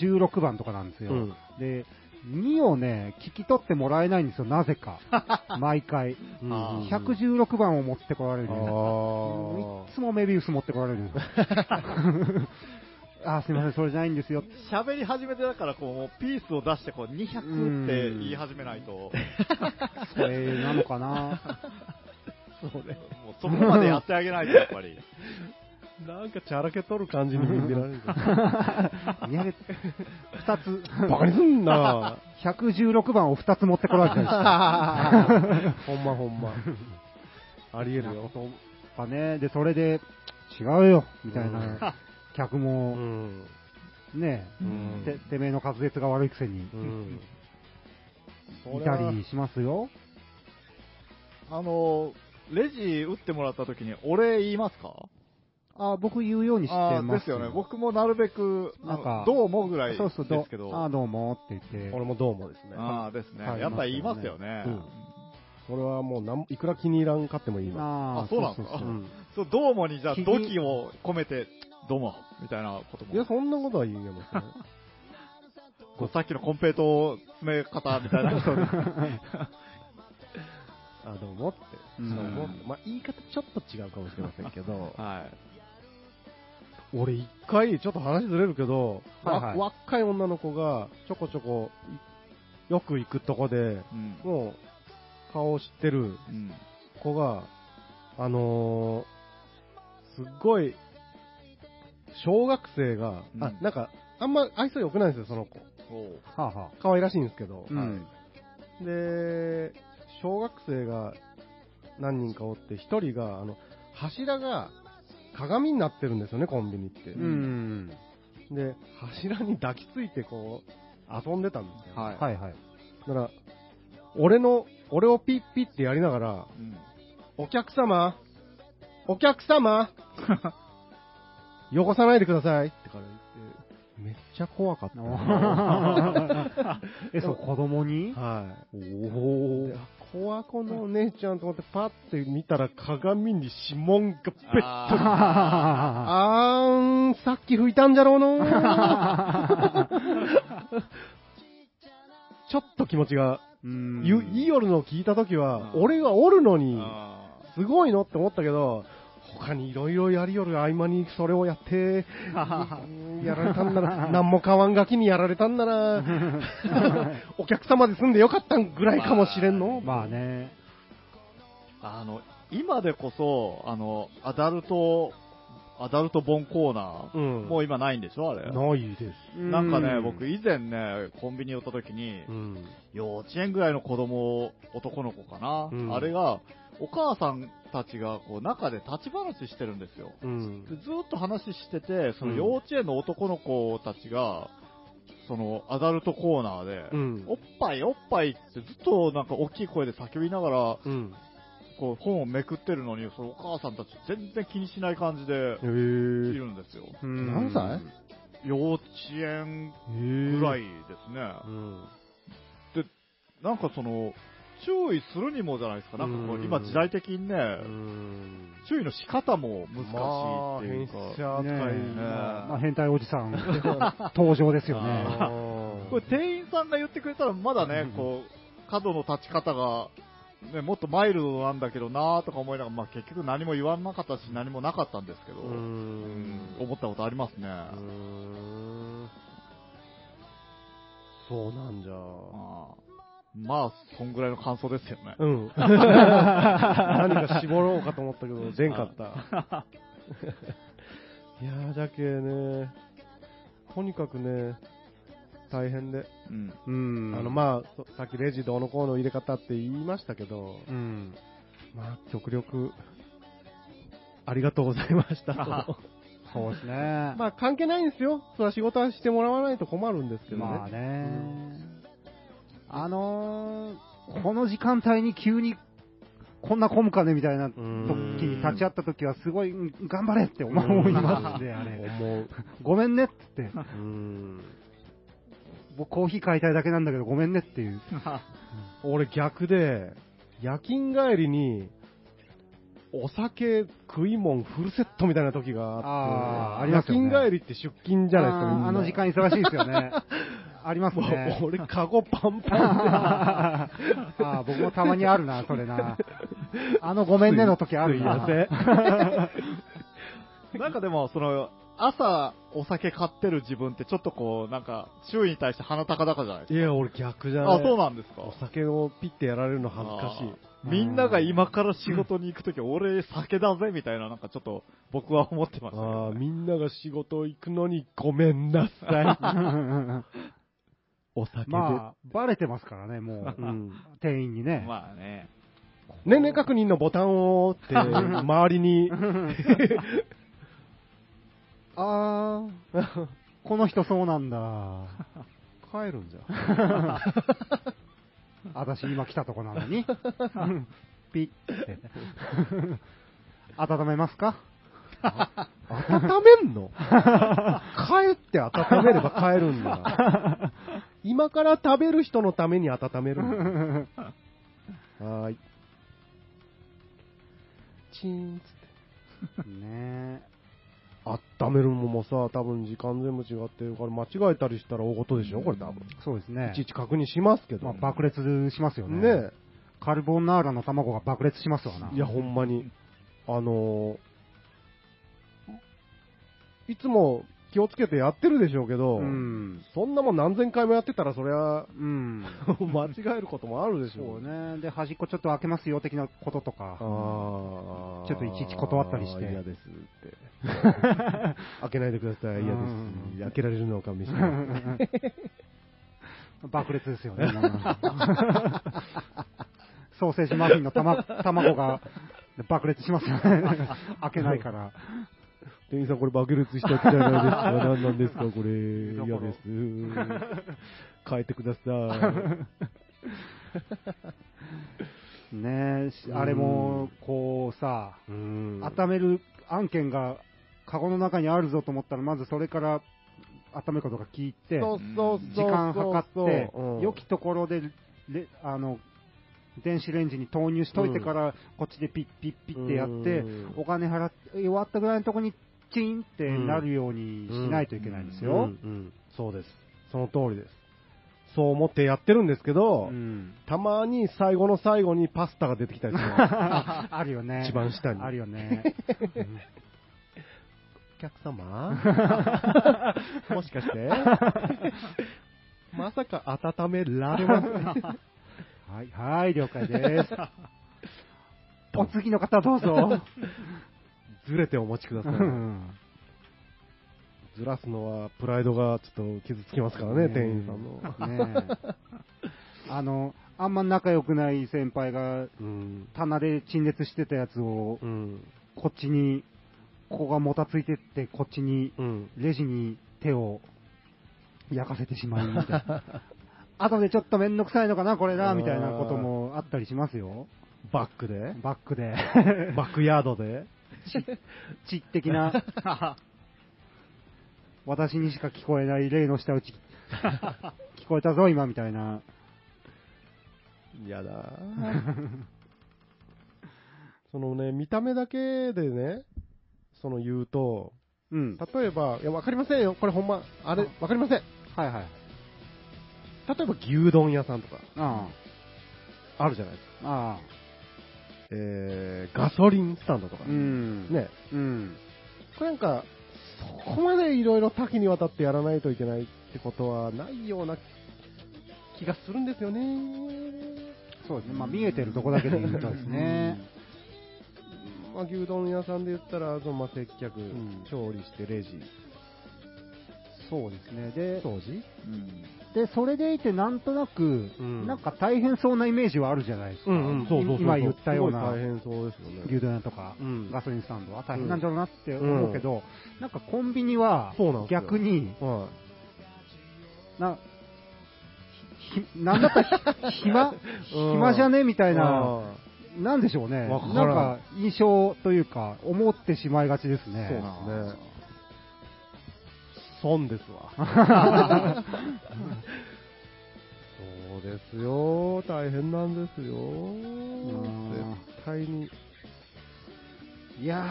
S3: 216番とかなんですよ。
S4: うん
S3: で、2をね、聞き取ってもらえないんですよ、な ぜか。毎回。
S4: うん。
S2: あー
S3: 116番を持ってこられるんですよ
S4: あ
S3: いつもメビウス持ってこられ るんですよあー、すみません、それじゃないんですよ。
S2: 喋り始めてだからこう、もうピースを出してこう、200って言い始めないと、もう
S3: それなのかな
S2: そこまでやってあげないと、やっぱ り。
S4: ーなんかチャラけ取る感じに見てられる。
S3: 見上げ、二つ、
S4: バカにすんな
S3: 116番を二つ持ってこられてるんですよ。
S4: ほんまほんま。ありえるよ。
S3: かね、で、それで、違うよ、みたいな、客
S4: う
S3: も、
S4: ん。
S3: ね、
S4: うん
S3: て、てめえの滑舌が悪いくせに
S4: う、ん。
S2: そ
S3: い
S2: れ
S3: た
S2: は
S3: りしますよ。
S2: あの、レジ打ってもらった時に、俺言いますか
S3: あー、僕言うようにして
S2: あー
S3: ます。
S2: ですよね。僕もなるべく、
S3: なんか
S2: あのどう思うぐらいで
S3: そう
S2: す
S3: そう、ど
S2: けど、
S3: あー、どうもって言って
S4: 俺、もどうもですね。
S2: ああですね、
S3: はい
S2: やっぱ言いますよね。
S4: うんこれはもうなん、いくら気に入らんかってもいいな。。
S3: あ
S2: あそうなんですか
S3: そううそうん
S2: そう、どうもに、じゃあ、
S3: 気に
S2: 土器を込めて、どうも、みたいなこと
S4: いや、
S2: も。
S4: そんなことは言えません。
S2: こうさっきのコンペイトー詰め方みたい な。、
S4: あ、どうもって。
S3: うん
S4: そう思ってまあ、言い方ちょっと違うかもしれませんけど
S2: はい。
S4: 俺一回、ちょっと話ずれるけど、わ
S3: はいはい
S4: 若い女の子が、ちょこちょこ、いよく行くとこで、
S2: うん。
S4: もう、顔を知ってる
S2: うん。
S4: 子が、あのー、すっごい、小学生が、あ
S2: うん、
S4: なんか、あんま愛想良くないんですよ、その子。
S2: おう
S3: はあはあ。
S4: 可愛らしいんですけど。
S3: うん。
S4: で、小学生が何人かおって、一人が、あの、柱が鏡になってるんですよね、コンビニって。
S3: うん。
S4: で、柱に抱きついてこう、遊んでたんですよ。
S2: はい。
S3: はいはい。
S4: だから、俺の、俺をピッピッってやりながら、
S2: うん
S4: お客様、お客 様、汚さないでくださいってから言って、めっちゃ怖かった。
S3: え、そう、子供に
S4: はい。おお。コアコのお姉ちゃんと思ってパッて見たら鏡に指紋がべっ
S2: あ
S3: あ
S4: あーん、さっき拭いたんじゃろうのー ちょっと気持ちが、
S3: うん
S4: ゆ言いよるのを聞いたときは、
S2: うん
S4: 俺はおるの
S2: ー
S4: に、
S2: あ
S4: すごいのって思ったけど、他にいろいろやりよる合間にそれをやって、うんやられたん なら、何も買わんガキにやられたんなら、お客様で済んでよかったんぐらいかもしれんの、
S3: まあね。
S2: ー あの、今でこそ、あの、アダルト、アダルト本コーナー、
S4: うん。
S2: もう今ないんでしょあれ。
S4: ないです。
S2: なんかね、僕以前ね、コンビニ寄った時に、
S4: うん。
S2: 幼稚園ぐらいの子供、男の子かな、
S4: うん
S2: あれが、お母さんたちがこう中で立ち話してるんですよ。
S4: うん
S2: でずーっと話してて、その
S4: うん
S2: 幼稚園の男の子たちが、そのアダルトコーナーで、
S4: うん
S2: おっぱいおっぱいってずっとなんか大きい声で叫びながら、
S4: うん。
S2: こう本をめくってるのに、そのお母さんたち全然気にしない感じで
S4: へ
S2: い
S4: ぇ
S2: るんですよ。
S3: 何
S4: 歳
S2: 幼稚園
S4: ー。
S2: ぐらい
S4: い。
S2: ですね。
S4: うん。
S2: なんかその、注意するにもじゃないですか。なんかこ
S4: う
S2: うん今時代的にね、
S4: うん。
S2: 注意の仕方も難しいっていうか。
S4: まあ、変
S3: ね
S4: 身
S3: え
S4: 扱
S3: まあ、変態おじさん、登場ですよ
S4: い
S3: ね。
S4: なぁ
S2: これ店員さんが言ってくれたらまだね、
S3: うん
S2: こう、角の立ち方が、ね、もっとマイルドなんだけどなーとか思いながら、まあ結局何も言わなかったし何もなかったんですけど、
S4: うーん
S2: 思ったことありますね。
S4: うーんそうなんじゃ。
S2: あーまあ、そんぐらいの感想ですよね。
S4: うん。 何か絞ろうかと思ったけど、出んかった。 いやー、じゃけね、とにかくね、大変で。
S2: うん。
S3: うん。
S4: あの、まあ、そさっきレジどうのこうの入れ方って言いましたけど、
S3: うん。
S4: まあ、極力、ありがとうございましたと。
S3: そうですね。
S4: まあ関係ないんですよ。それは仕事はしてもらわないと困るんですけどね。
S3: まあね。あのー、この時間帯に急に、こんな混むかねみたいな時
S4: うん
S3: に立ち会った時はすごい、うん頑張れって思いますね、あれ。
S4: 思う。
S3: ごめんねって言って、
S4: うん。
S3: 僕コーヒー買いたいだけなんだけどごめんねっていう。
S4: 俺逆で、夜勤帰りに、お酒、食い物、フルセットみたいな時があっ
S3: あー
S4: て、
S3: ありますよね
S4: 夜勤帰りって出勤じゃないですか、みんな
S3: あーあの時間忙しいですよ ね。ありますね
S4: も。う俺、カゴパンパン
S3: ああ、僕もたまにあるな、それな。あのごめんねの時あるな。
S4: すい
S2: なんかでも、その、朝お酒買ってる自分ってちょっとこう、なんか、周囲に対して鼻高々じゃないです
S4: で。いや、俺逆じゃ
S2: か。
S4: ない。
S2: あ、そうなんですか
S4: お酒をピッてやられるの恥ずかしい。
S2: あーみんなが今から仕事に行くとき、俺酒だぜみたいな、なんかちょっと僕は思ってましたけ
S4: あ
S2: ど
S4: あ、
S2: ね、
S4: みんなが仕事行くのにごめんなさい。お酒で。
S3: まあ、バレてますからね、もう
S4: う。ん
S3: 店員にね。
S2: まあね。
S4: 年齢確認のボタンをって、周りに。
S3: あー、この人そうなんだ。
S4: 帰るんじゃん。
S3: 私今来たとこなの に。ピッて。温めますか
S4: 温めんの帰って温めれば帰るんだ。今から食べる人のために温めるんだ。はーい。チーンつって。
S3: ね
S4: 温めるのもさ、多分時間全部違ってるから、間違えたりしたら大事でしょ、これ多分。
S3: えそうですね
S4: いち。いち確認しますけ
S3: まあ、
S4: ど。
S3: 爆裂しますよね。
S4: ね
S3: カルボナーラの卵が爆裂しますわな。
S4: え。いや、ほんまに。あのーいつも気をつけてやってるでしょうけど、
S3: うん。
S4: そんなもん何千回もやってたら、そりゃ、
S3: うん。
S4: 間違えることもあるでし
S3: そ
S4: ょ
S3: う。ね。で、端っこちょっと開けますよ、的なこととか。
S4: あー
S3: ちょっといちいち断ったりして
S4: 嫌 ですって。開けないでください、嫌で
S3: うん
S4: す。開けられるのか見せ
S3: 爆裂ですよね。 ソーセージマフィンの卵卵が爆裂します よね。開けないから。
S4: 店員さん、これ爆裂したやつじ ゃないですか。何なんですか、これ。
S3: だ
S4: 嫌
S3: か
S4: で
S3: ら
S4: す。変えてくだ さ
S3: ねえしあれも、こうさ、
S4: い。うん
S3: 温める案件が、カゴの中にあるぞと思ったら、まずそれから、温めることが聞いて、
S4: そうそう
S3: 時
S4: そう
S3: 間
S4: そう
S3: 計って
S4: うん、
S3: 良きところで、れあの、電子レンジに投入しといてから、こっちでピッピッピッってやって
S4: うん、
S3: お金払って、終わったぐらいのとこに、チーンってなるようにしないといけないんです
S4: うんう
S3: よ。
S4: んそうです。その通りです。そう思ってやってるんですけど、
S3: うん
S4: たまに最後の最後にパスタが出てきたりする。
S3: ああるよね。
S4: 一番下に
S3: あるよね。
S4: お客様 もしかしてまさか温められます
S3: はい、はい、了 解です。お次の方どうぞ。
S4: ずれてお待ちください。ずらすのはプライドがちょっと傷つきますからね、
S3: ねえ
S4: 店員さんの。
S3: ねえあの、あんま仲良くない先輩が、
S4: うん。
S3: 棚で陳列してたやつを
S4: う、ん。
S3: こっちに、ここがもたついてって、こっちに、
S4: うん。
S3: レジに手を焼かせてしまいみたいな。後でちょっとめんどくさいのかな、これ
S4: あ
S3: な、
S4: ー
S3: みたいなこともあったりしますよ。
S4: バックで
S3: バックで。
S4: バックヤードで
S3: 知的な、私にしか聞こえない例の下打ち、聞こえたぞ、今、みたいな。
S4: や だそのね、見た目だけでね、その言うと、
S3: うん。
S4: 例えば、いや、わかりませんよ。これほんま、あれ、わかりません。
S3: はいはい。
S4: 例えば牛丼屋さんとか、
S3: あ
S4: あるじゃないですか。
S3: あ。ああ。
S4: えーガソリンスタンドとか、
S3: うん。。
S4: ね、
S3: うん。
S4: これなんか、そこまでいろいろ多岐にわたってやらないといけないってことはないような気がするんですよね。
S3: そうですね。まあ、見えてるとこだけで言うとですね。
S4: まあ、牛丼屋さんで言ったら、そのまあ接客、
S3: ん
S4: 調理してレジ、
S3: そうですね。で、
S6: 当時
S2: うん。
S3: で、それでいてなんとなく、
S4: うん
S3: なんか大変そうなイメージはあるじゃないですか。
S4: うんうん
S3: い
S4: そうそうそうそう
S3: 今言ったよう
S4: す
S3: な
S4: ごい大変そうですよね。
S3: 牛丼屋とか、
S4: うん
S3: ガソリンスタンドは大変なんだろうなって思うけど、なんかコンビニは
S4: そうなんですよ
S3: 逆に、
S4: は
S3: な、ひなんだった らひ暇
S4: うん
S3: 暇じゃねみた
S4: い。
S3: いな、
S4: あ
S3: なんでしょうね。
S4: わからん
S3: なんか印象というか、思ってしまいがちですね。
S4: そうなんですね。損ですわ。そうですよ。大変なんですよ。
S3: ん
S4: 絶対に。
S3: いや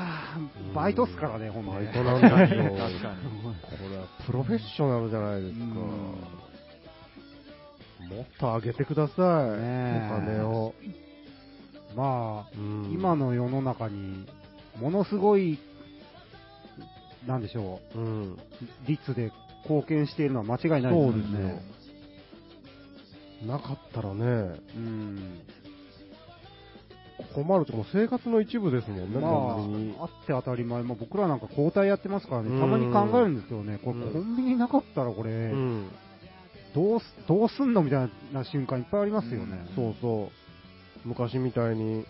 S3: ー、バイトっすからね、ほんと
S4: バ
S3: ね
S4: イトなんだよ。
S2: 確かに。
S4: これはプロフェッショナルじゃないですか。
S3: うん
S4: もっと上げてください。
S3: ねえ
S4: お金を。
S3: まあ、
S4: うん
S3: 今、の世の中に、ものすごい、なんでしょ
S4: うん。
S3: う、率で貢献しているのは間違いない
S4: そう
S3: で
S4: ですす
S3: よ
S4: よ
S3: ね。。
S4: なかったらね、
S3: うん。
S4: 困るともう生活の一部ですもんね、コンビニ
S3: まあ、あって当たり前、まあ、僕らなんか交代やってますからね、
S4: うん
S3: たまに考えるんですけどね、これ、
S4: うん
S3: コンビニなかったらこれ、
S4: うん。
S3: どうすどうすんのみたいな瞬間いっぱいありますよね。
S4: そうそう。昔みたいに、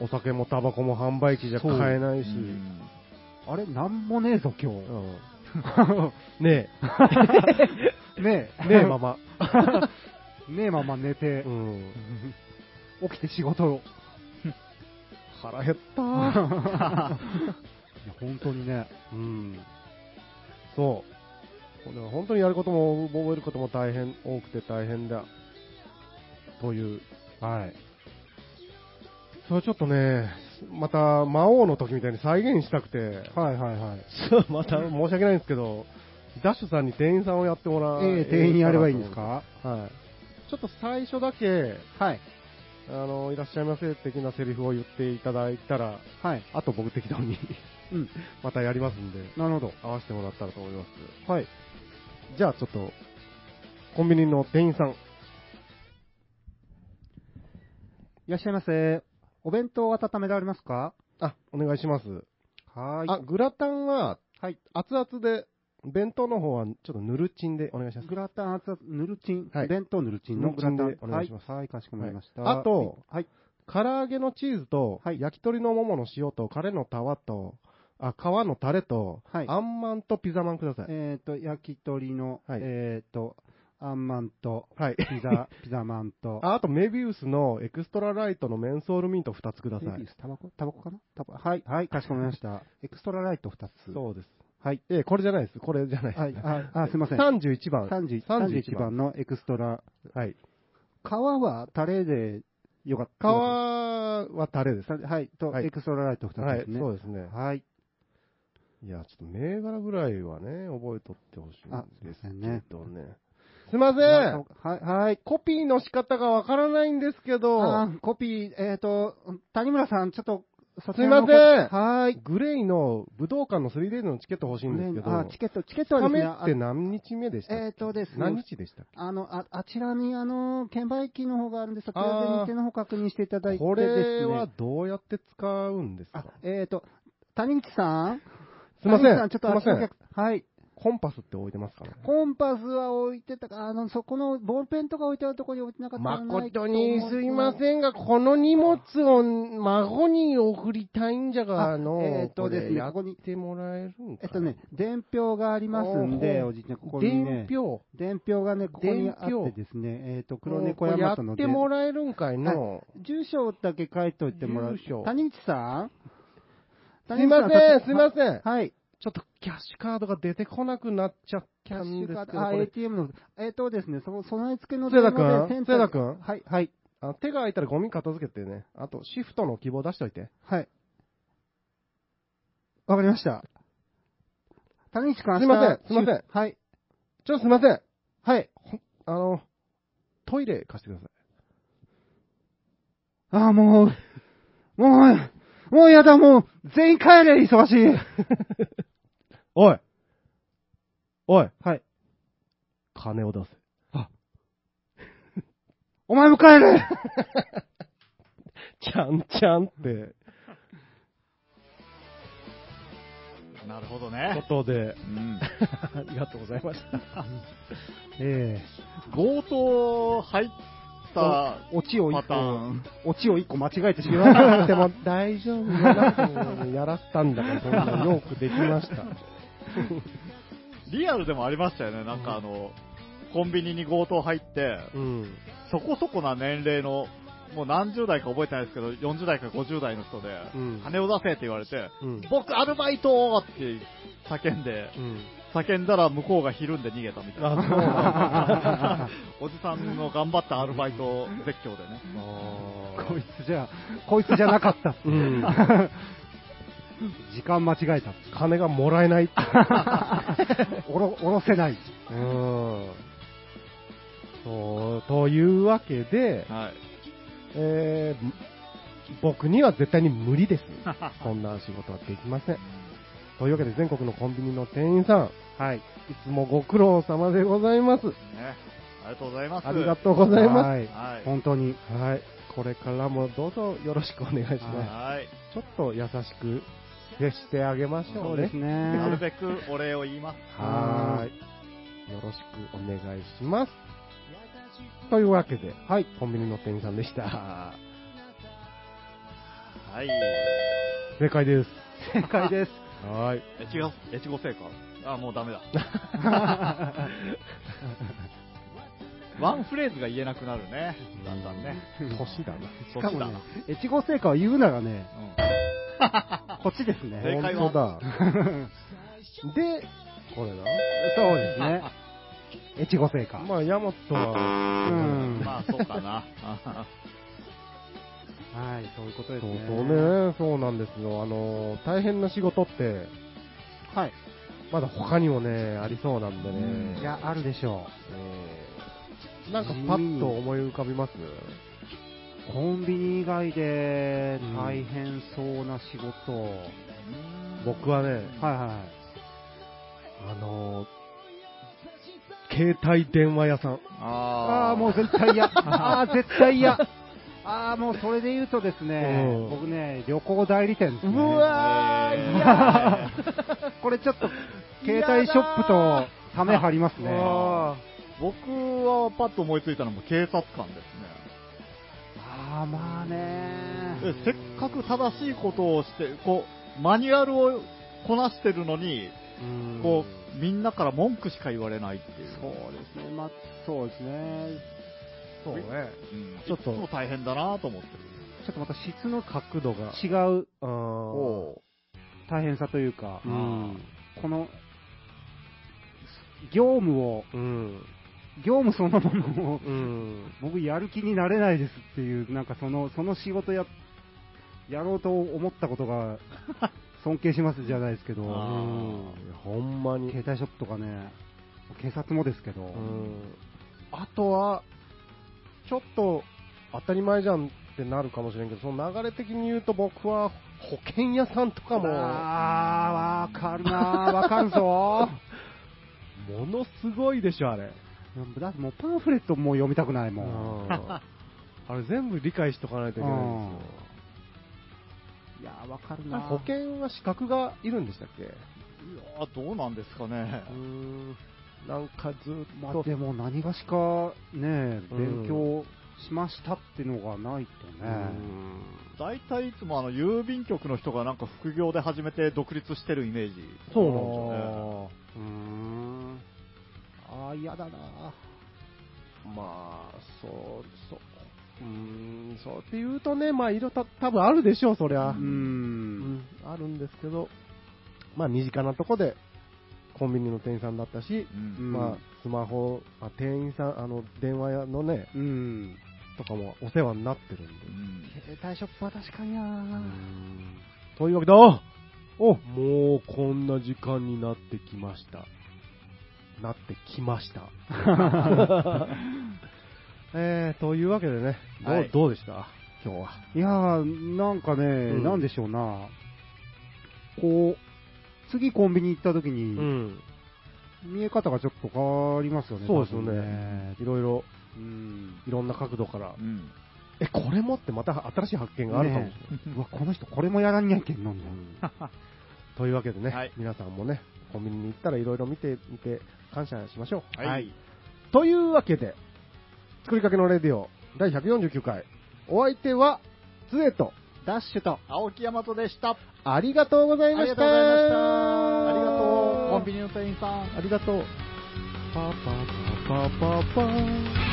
S4: お酒もタバコも販売機じゃ買えないし。
S2: うん
S3: あれ、なんもねえぞ、今
S4: うん。ね
S3: 日。ね
S4: え、
S3: え、
S4: ねえママ。
S3: ねえまま寝て、
S4: うん。
S3: 起きて仕事を。
S4: 腹減った
S3: い
S4: ー。
S3: や 本当にね。
S4: うん。そう。これは本当にやることも覚えることも大変、多くて大変だ。という。
S3: はい。
S4: それちょっとね、また魔王の時みたいに再現したくて、
S3: はいはいはい。
S4: そう また申し訳ないんですけど、ダッシュさんに店員さんをやってもらう。
S3: ええ店員やればいいんですか
S4: はい。ちょっと最初だけ、
S3: はい。
S4: あの、いらっしゃいませ的なセリフを言っていただいたら、
S3: はい。
S4: あと僕適当に
S3: うん。
S4: またやりますんで、
S3: なるほど。
S4: 合わせてもらったらと思います。
S3: はい。
S4: じゃあちょっと、コンビニの店員さん。
S3: いらっしゃいませ。お弁当温められますか
S4: あ、お願いします。
S3: は
S4: あ、
S3: ーい。
S4: グラタンは、
S3: はい。
S4: 熱々で、弁当の方はちょっとぬるちんでお願いします。
S3: グラタン熱々、ぬるちん、
S4: はい
S3: 弁当ぬるちんのグラタ
S4: ぬ
S3: ン
S4: るちん。でお願いします
S3: はい、はいかしこまりました。
S4: はいあと
S3: はい。
S4: 唐揚げのチーズと、
S3: はい
S4: 焼き鳥のももの塩と、カレーの皮と、あ、皮のタレと、
S3: はい
S4: あんまんとピザマンください。
S3: えっ、と、焼き鳥の、
S4: はい
S3: えっ、と、あんまんと、
S4: はい。
S3: ピ ザ、ピザマンと、
S4: ああと、メビウスのエクストラライトのメンソールミント2つくださ
S3: メビ
S4: い
S3: ウ。ス、タバコタバコかなタバはい、はい、かしこまりました。エクストラライト2つ。
S4: そうです。
S3: はい。
S4: ええ、これじゃないです。これじゃない。
S3: はい、あ、あすい ません。
S4: 31番。
S3: 30
S4: 31
S3: 31番のエクストラ。
S4: はい。
S3: 皮はタレでよかっ
S4: 皮
S3: た。
S4: はタレです。
S3: たはい、と、
S4: はい
S3: エクストラライト
S4: はい
S3: 2つで、すね。
S4: そうですね。
S3: はい。
S4: いや、ちょっと銘柄ぐらいはね、覚えとってほしい
S3: あ
S4: んです
S3: すいません
S4: け
S3: ね
S4: どね。すいませ
S3: なん
S4: ん
S3: かはい、はい。
S4: コピーの仕方がわからないんですけ
S3: あ
S4: ど、
S3: ーコピー、えっ、と、谷村さん、ちょっと、そち
S4: すい
S3: ら
S4: ま
S3: の
S4: せん
S3: はい。
S4: グレイの武道館の 3days のチケット欲しいんですけど、
S3: あ、チケット、チケットは
S4: 2
S3: で
S4: 日
S3: す
S4: 目
S3: ね、
S4: って何日目でしたっけ
S3: えっ、とですね、
S4: 何日でしたっ
S3: あの、あ、あちらに、あの、券売機の方があるんで、そちら
S4: あー
S3: で日程の方確認していただ
S4: け
S3: いて
S4: こ
S3: です
S4: れ
S3: ね。
S4: はどうやって使うんです
S3: あ
S4: か、
S3: えっ、と、谷口さん
S4: すいません
S3: 谷口さん、ちょっとあ
S4: すいません
S3: お客はい。
S4: コンパスって置いてますかね
S3: コンパスは置いてたか、あの、そこのボールペンとか置いてあるところに置いてなかったらないと
S1: 誠
S3: 思う
S1: にすいませんが、この荷物を孫に送りたいんじゃが
S3: あ
S1: の。
S3: えっとですね
S1: これや
S3: ここに
S1: ってもらえるんか
S3: えっとね、伝票がありますんで、
S1: おー
S3: おじいちゃん、ここに
S1: 伝
S3: ね、
S1: 票。
S3: 伝票がね、ここにあ
S1: 伝票
S3: ってですね、えっと、黒猫大和の
S1: やって
S3: 伝
S1: もらえるんかいの。
S3: 住所だけ書いといてもらう
S1: 住所。
S3: 谷口さん
S1: すいません、すいま
S3: ん。
S1: せん。
S3: はい。
S1: ちょっとキャッシュカードが出てこなくなっちゃったんですけど、
S3: あ、
S1: これ
S3: ATM の、えっ、とですね、その備え付けの
S4: セダ
S3: 電
S4: 君
S3: 話でセンタ
S4: セダ
S3: ー
S4: 君
S3: はい、はい、
S4: あ手が空いたらゴミ片付けてね。あと、シフトの希望出しといて。
S3: はい。わかりました。谷口君、
S4: すいません
S3: 明日
S4: すいません。
S3: はい。
S4: ちょっとすいません。はい。ほんあの、トイレ貸してください。
S3: ああ、もう、もう、もうやだ、もう、全員帰れ、忙しい。
S4: おいおい
S3: はい。
S4: 金を出せ。
S3: お前も帰れ
S4: ちゃんちゃんって。
S2: なるほど
S4: という
S2: ね。
S4: こと で、
S2: うん、
S4: ありがとうございました。
S3: え
S2: 強盗入った
S3: えオチを
S2: パ
S3: 一
S2: ターン。
S3: 個、オチを一個間違えてし
S4: 言
S3: ま
S4: わ
S3: う。
S4: なくても大丈夫やらやらせたんだから、そんなよくできました。
S2: リアルでもありましたよね。なんかあの、コンビニに強盗入って、
S4: うん。
S2: そこそこな年齢の、もう何十代か覚えてないですけど、40代か50代の人で、
S4: うん
S2: 金を出せって言われて、
S4: うん。
S2: 僕アルバイトって叫んで、
S4: うん。
S2: 叫んだら向こうがひるんで逃げたみたい
S4: あそうなん
S2: な。 おじさんの頑張ったアルバイト絶叫でね。
S3: こいつじゃ、こいつじゃなかったって。
S4: うん
S3: 時間間違えた。
S4: 金がもらえないって。
S3: おろ、おろせない。
S4: うん。そう、というわけで、
S2: はい。
S4: えー僕には絶対に無理 です。こんな仕事はできません。というわけで全国のコンビニの店員さん、はい、いつもご苦労様でございます。
S2: ね。ありがとうございます。
S4: ありがとうございます。
S3: はい
S2: はい
S3: 本当に。
S4: はい、これからもどうぞよろしくお願いしま
S2: はい。
S4: す。ちょっと優しく接してあげましょうね。
S3: ね。
S2: なるべくお礼を言います。
S4: はーい。よろしくお願いします。というわけで、はい、コンビニの店員さんでした。
S2: はい。
S4: 正解です。
S3: 正解です。
S4: はーい。
S2: えちご、えちご製菓あ、もうダメだ。ワンフレーズが言えなくなるね。だんだんね。
S4: 年だな。
S3: しか
S2: 年だ
S3: も
S2: な
S3: ね。、越後製菓を言うならね、こっちです
S2: 正
S3: ね。
S2: 解は
S4: 本当だ。で、これ
S3: そうですね。越後製菓
S4: だ。。まあ、ヤマトは、
S3: うん
S2: うん。ま あ、そうかな。
S3: はい、そういうこと
S4: そう
S3: ですね。
S4: そうね、そうなんですよ。あの、大変な仕事って、
S3: はい。
S4: まだ他にもね、ありそうなんでね。
S3: いや、あるでしょ
S4: えーなんかパッと思い浮かびます
S3: う。コンビニ以外で大変そうな仕事。
S4: 僕はね、
S3: はいは
S4: あのー、携帯電話屋さん。
S3: い。あ
S2: あ
S3: あ、もう絶対 嫌。ああ、絶対嫌。ああ、もうそれで言うとですね
S4: う、ん
S3: 僕ね、旅行代理店ですね。
S2: わー、いや
S3: やこれちょっと、携帯ショップと、ため張りますね。
S2: あー僕はパッと思いついたのも警察官です
S3: ああ、まあ
S2: ね
S3: ね。。
S2: えせっかく正しいことをして、こう、マニュアルをこなしてるのに、こう、みんなから文句しか言われないっていう。
S3: そうですね、まあ、そうですね。
S4: そうね。
S2: うん
S4: ちょっと
S2: いつも大変だなと思ってる。
S3: ちょっとまた質の
S4: 角度が。
S3: 違う
S4: あー
S3: 大変さというか、
S4: うん。
S3: この、業務を、
S4: うん。
S3: 業務そのものを、
S4: うん。
S3: 僕やる気になれないですっていう、なんかその、その仕事や、やろうと思ったこと が、尊敬しますじゃないですけど、
S4: う
S2: あ
S4: んほんまに。
S3: 携帯ショップとかね、警察もですけど、
S4: うん。あとは、ちょっと当たり前じゃんってなるかもしれんけど、その流れ的に言うと僕は保険屋さんとかも、
S3: あー、わかるなー、わかるぞ
S4: ものすごいでしょ、あれ。
S3: ーだってもうパンフレットもう読みたくないもん。
S4: うんあれ全部理解しとかないといけないんですよ。
S3: いやー、わかる
S4: あ
S3: な
S4: れ保険は資格がいるんでしたっけ
S2: いやどうなんですかね。
S4: ん。なんかずっ
S3: まあ
S4: と。
S3: でも何がしかね、
S4: うん
S3: 勉強しましたっていうのがないと
S4: う
S3: ね。
S4: ん
S2: 大体いつもあの郵便局の人がなんか副業で始めて独立してるイメージ。
S4: そうなんですよ
S2: な
S4: ね。
S3: うーん。ああ、嫌だな
S4: まあ、そう、そう。うーん、そうって言うとね、まあ、いろた多分あるでしょう、そりゃ。
S3: うーん。
S4: あるんですけど、まあ身近なとこで、コンビニの店員さんだったし、
S2: ん
S3: うん
S4: まあスマホ、あ店員さん、あの電話屋のね、
S3: うん。
S4: とかもお世話になってるんで。
S3: 携帯ショップは確かにな
S4: というわけで、あおもうこんな時間になってきました。なってきま した。えー、というわけでね、どう,、
S2: はい
S4: どうでした今日は。
S3: いやー、なんかね、
S4: ん
S3: なんでしょうなこう、次コンビニ行った時に、
S4: ん。
S3: 見え方がちょっと変わりますよね。
S4: そうですよねい
S3: 多分
S4: ろいろ、
S3: うん。
S4: いろんな角度から
S2: う。ん
S4: え、これもってまた新しい発見があるかもしれない。
S3: ねえうわ、この人これもやらんにゃいけんのみたいな。
S4: というわけでね、
S2: はい
S4: 皆さんもね、コンビニに行ったらいろいろ見てみて、感謝しましょう。
S2: はい。
S4: というわけで、作りかけのレディオ第149回、お相手は、つえと、
S3: ダッシュと。
S2: 青木大和でした。
S4: ありがとうございました。
S2: ありがとう。コンビニの店員さん。
S4: ありがとう。パパパパパパ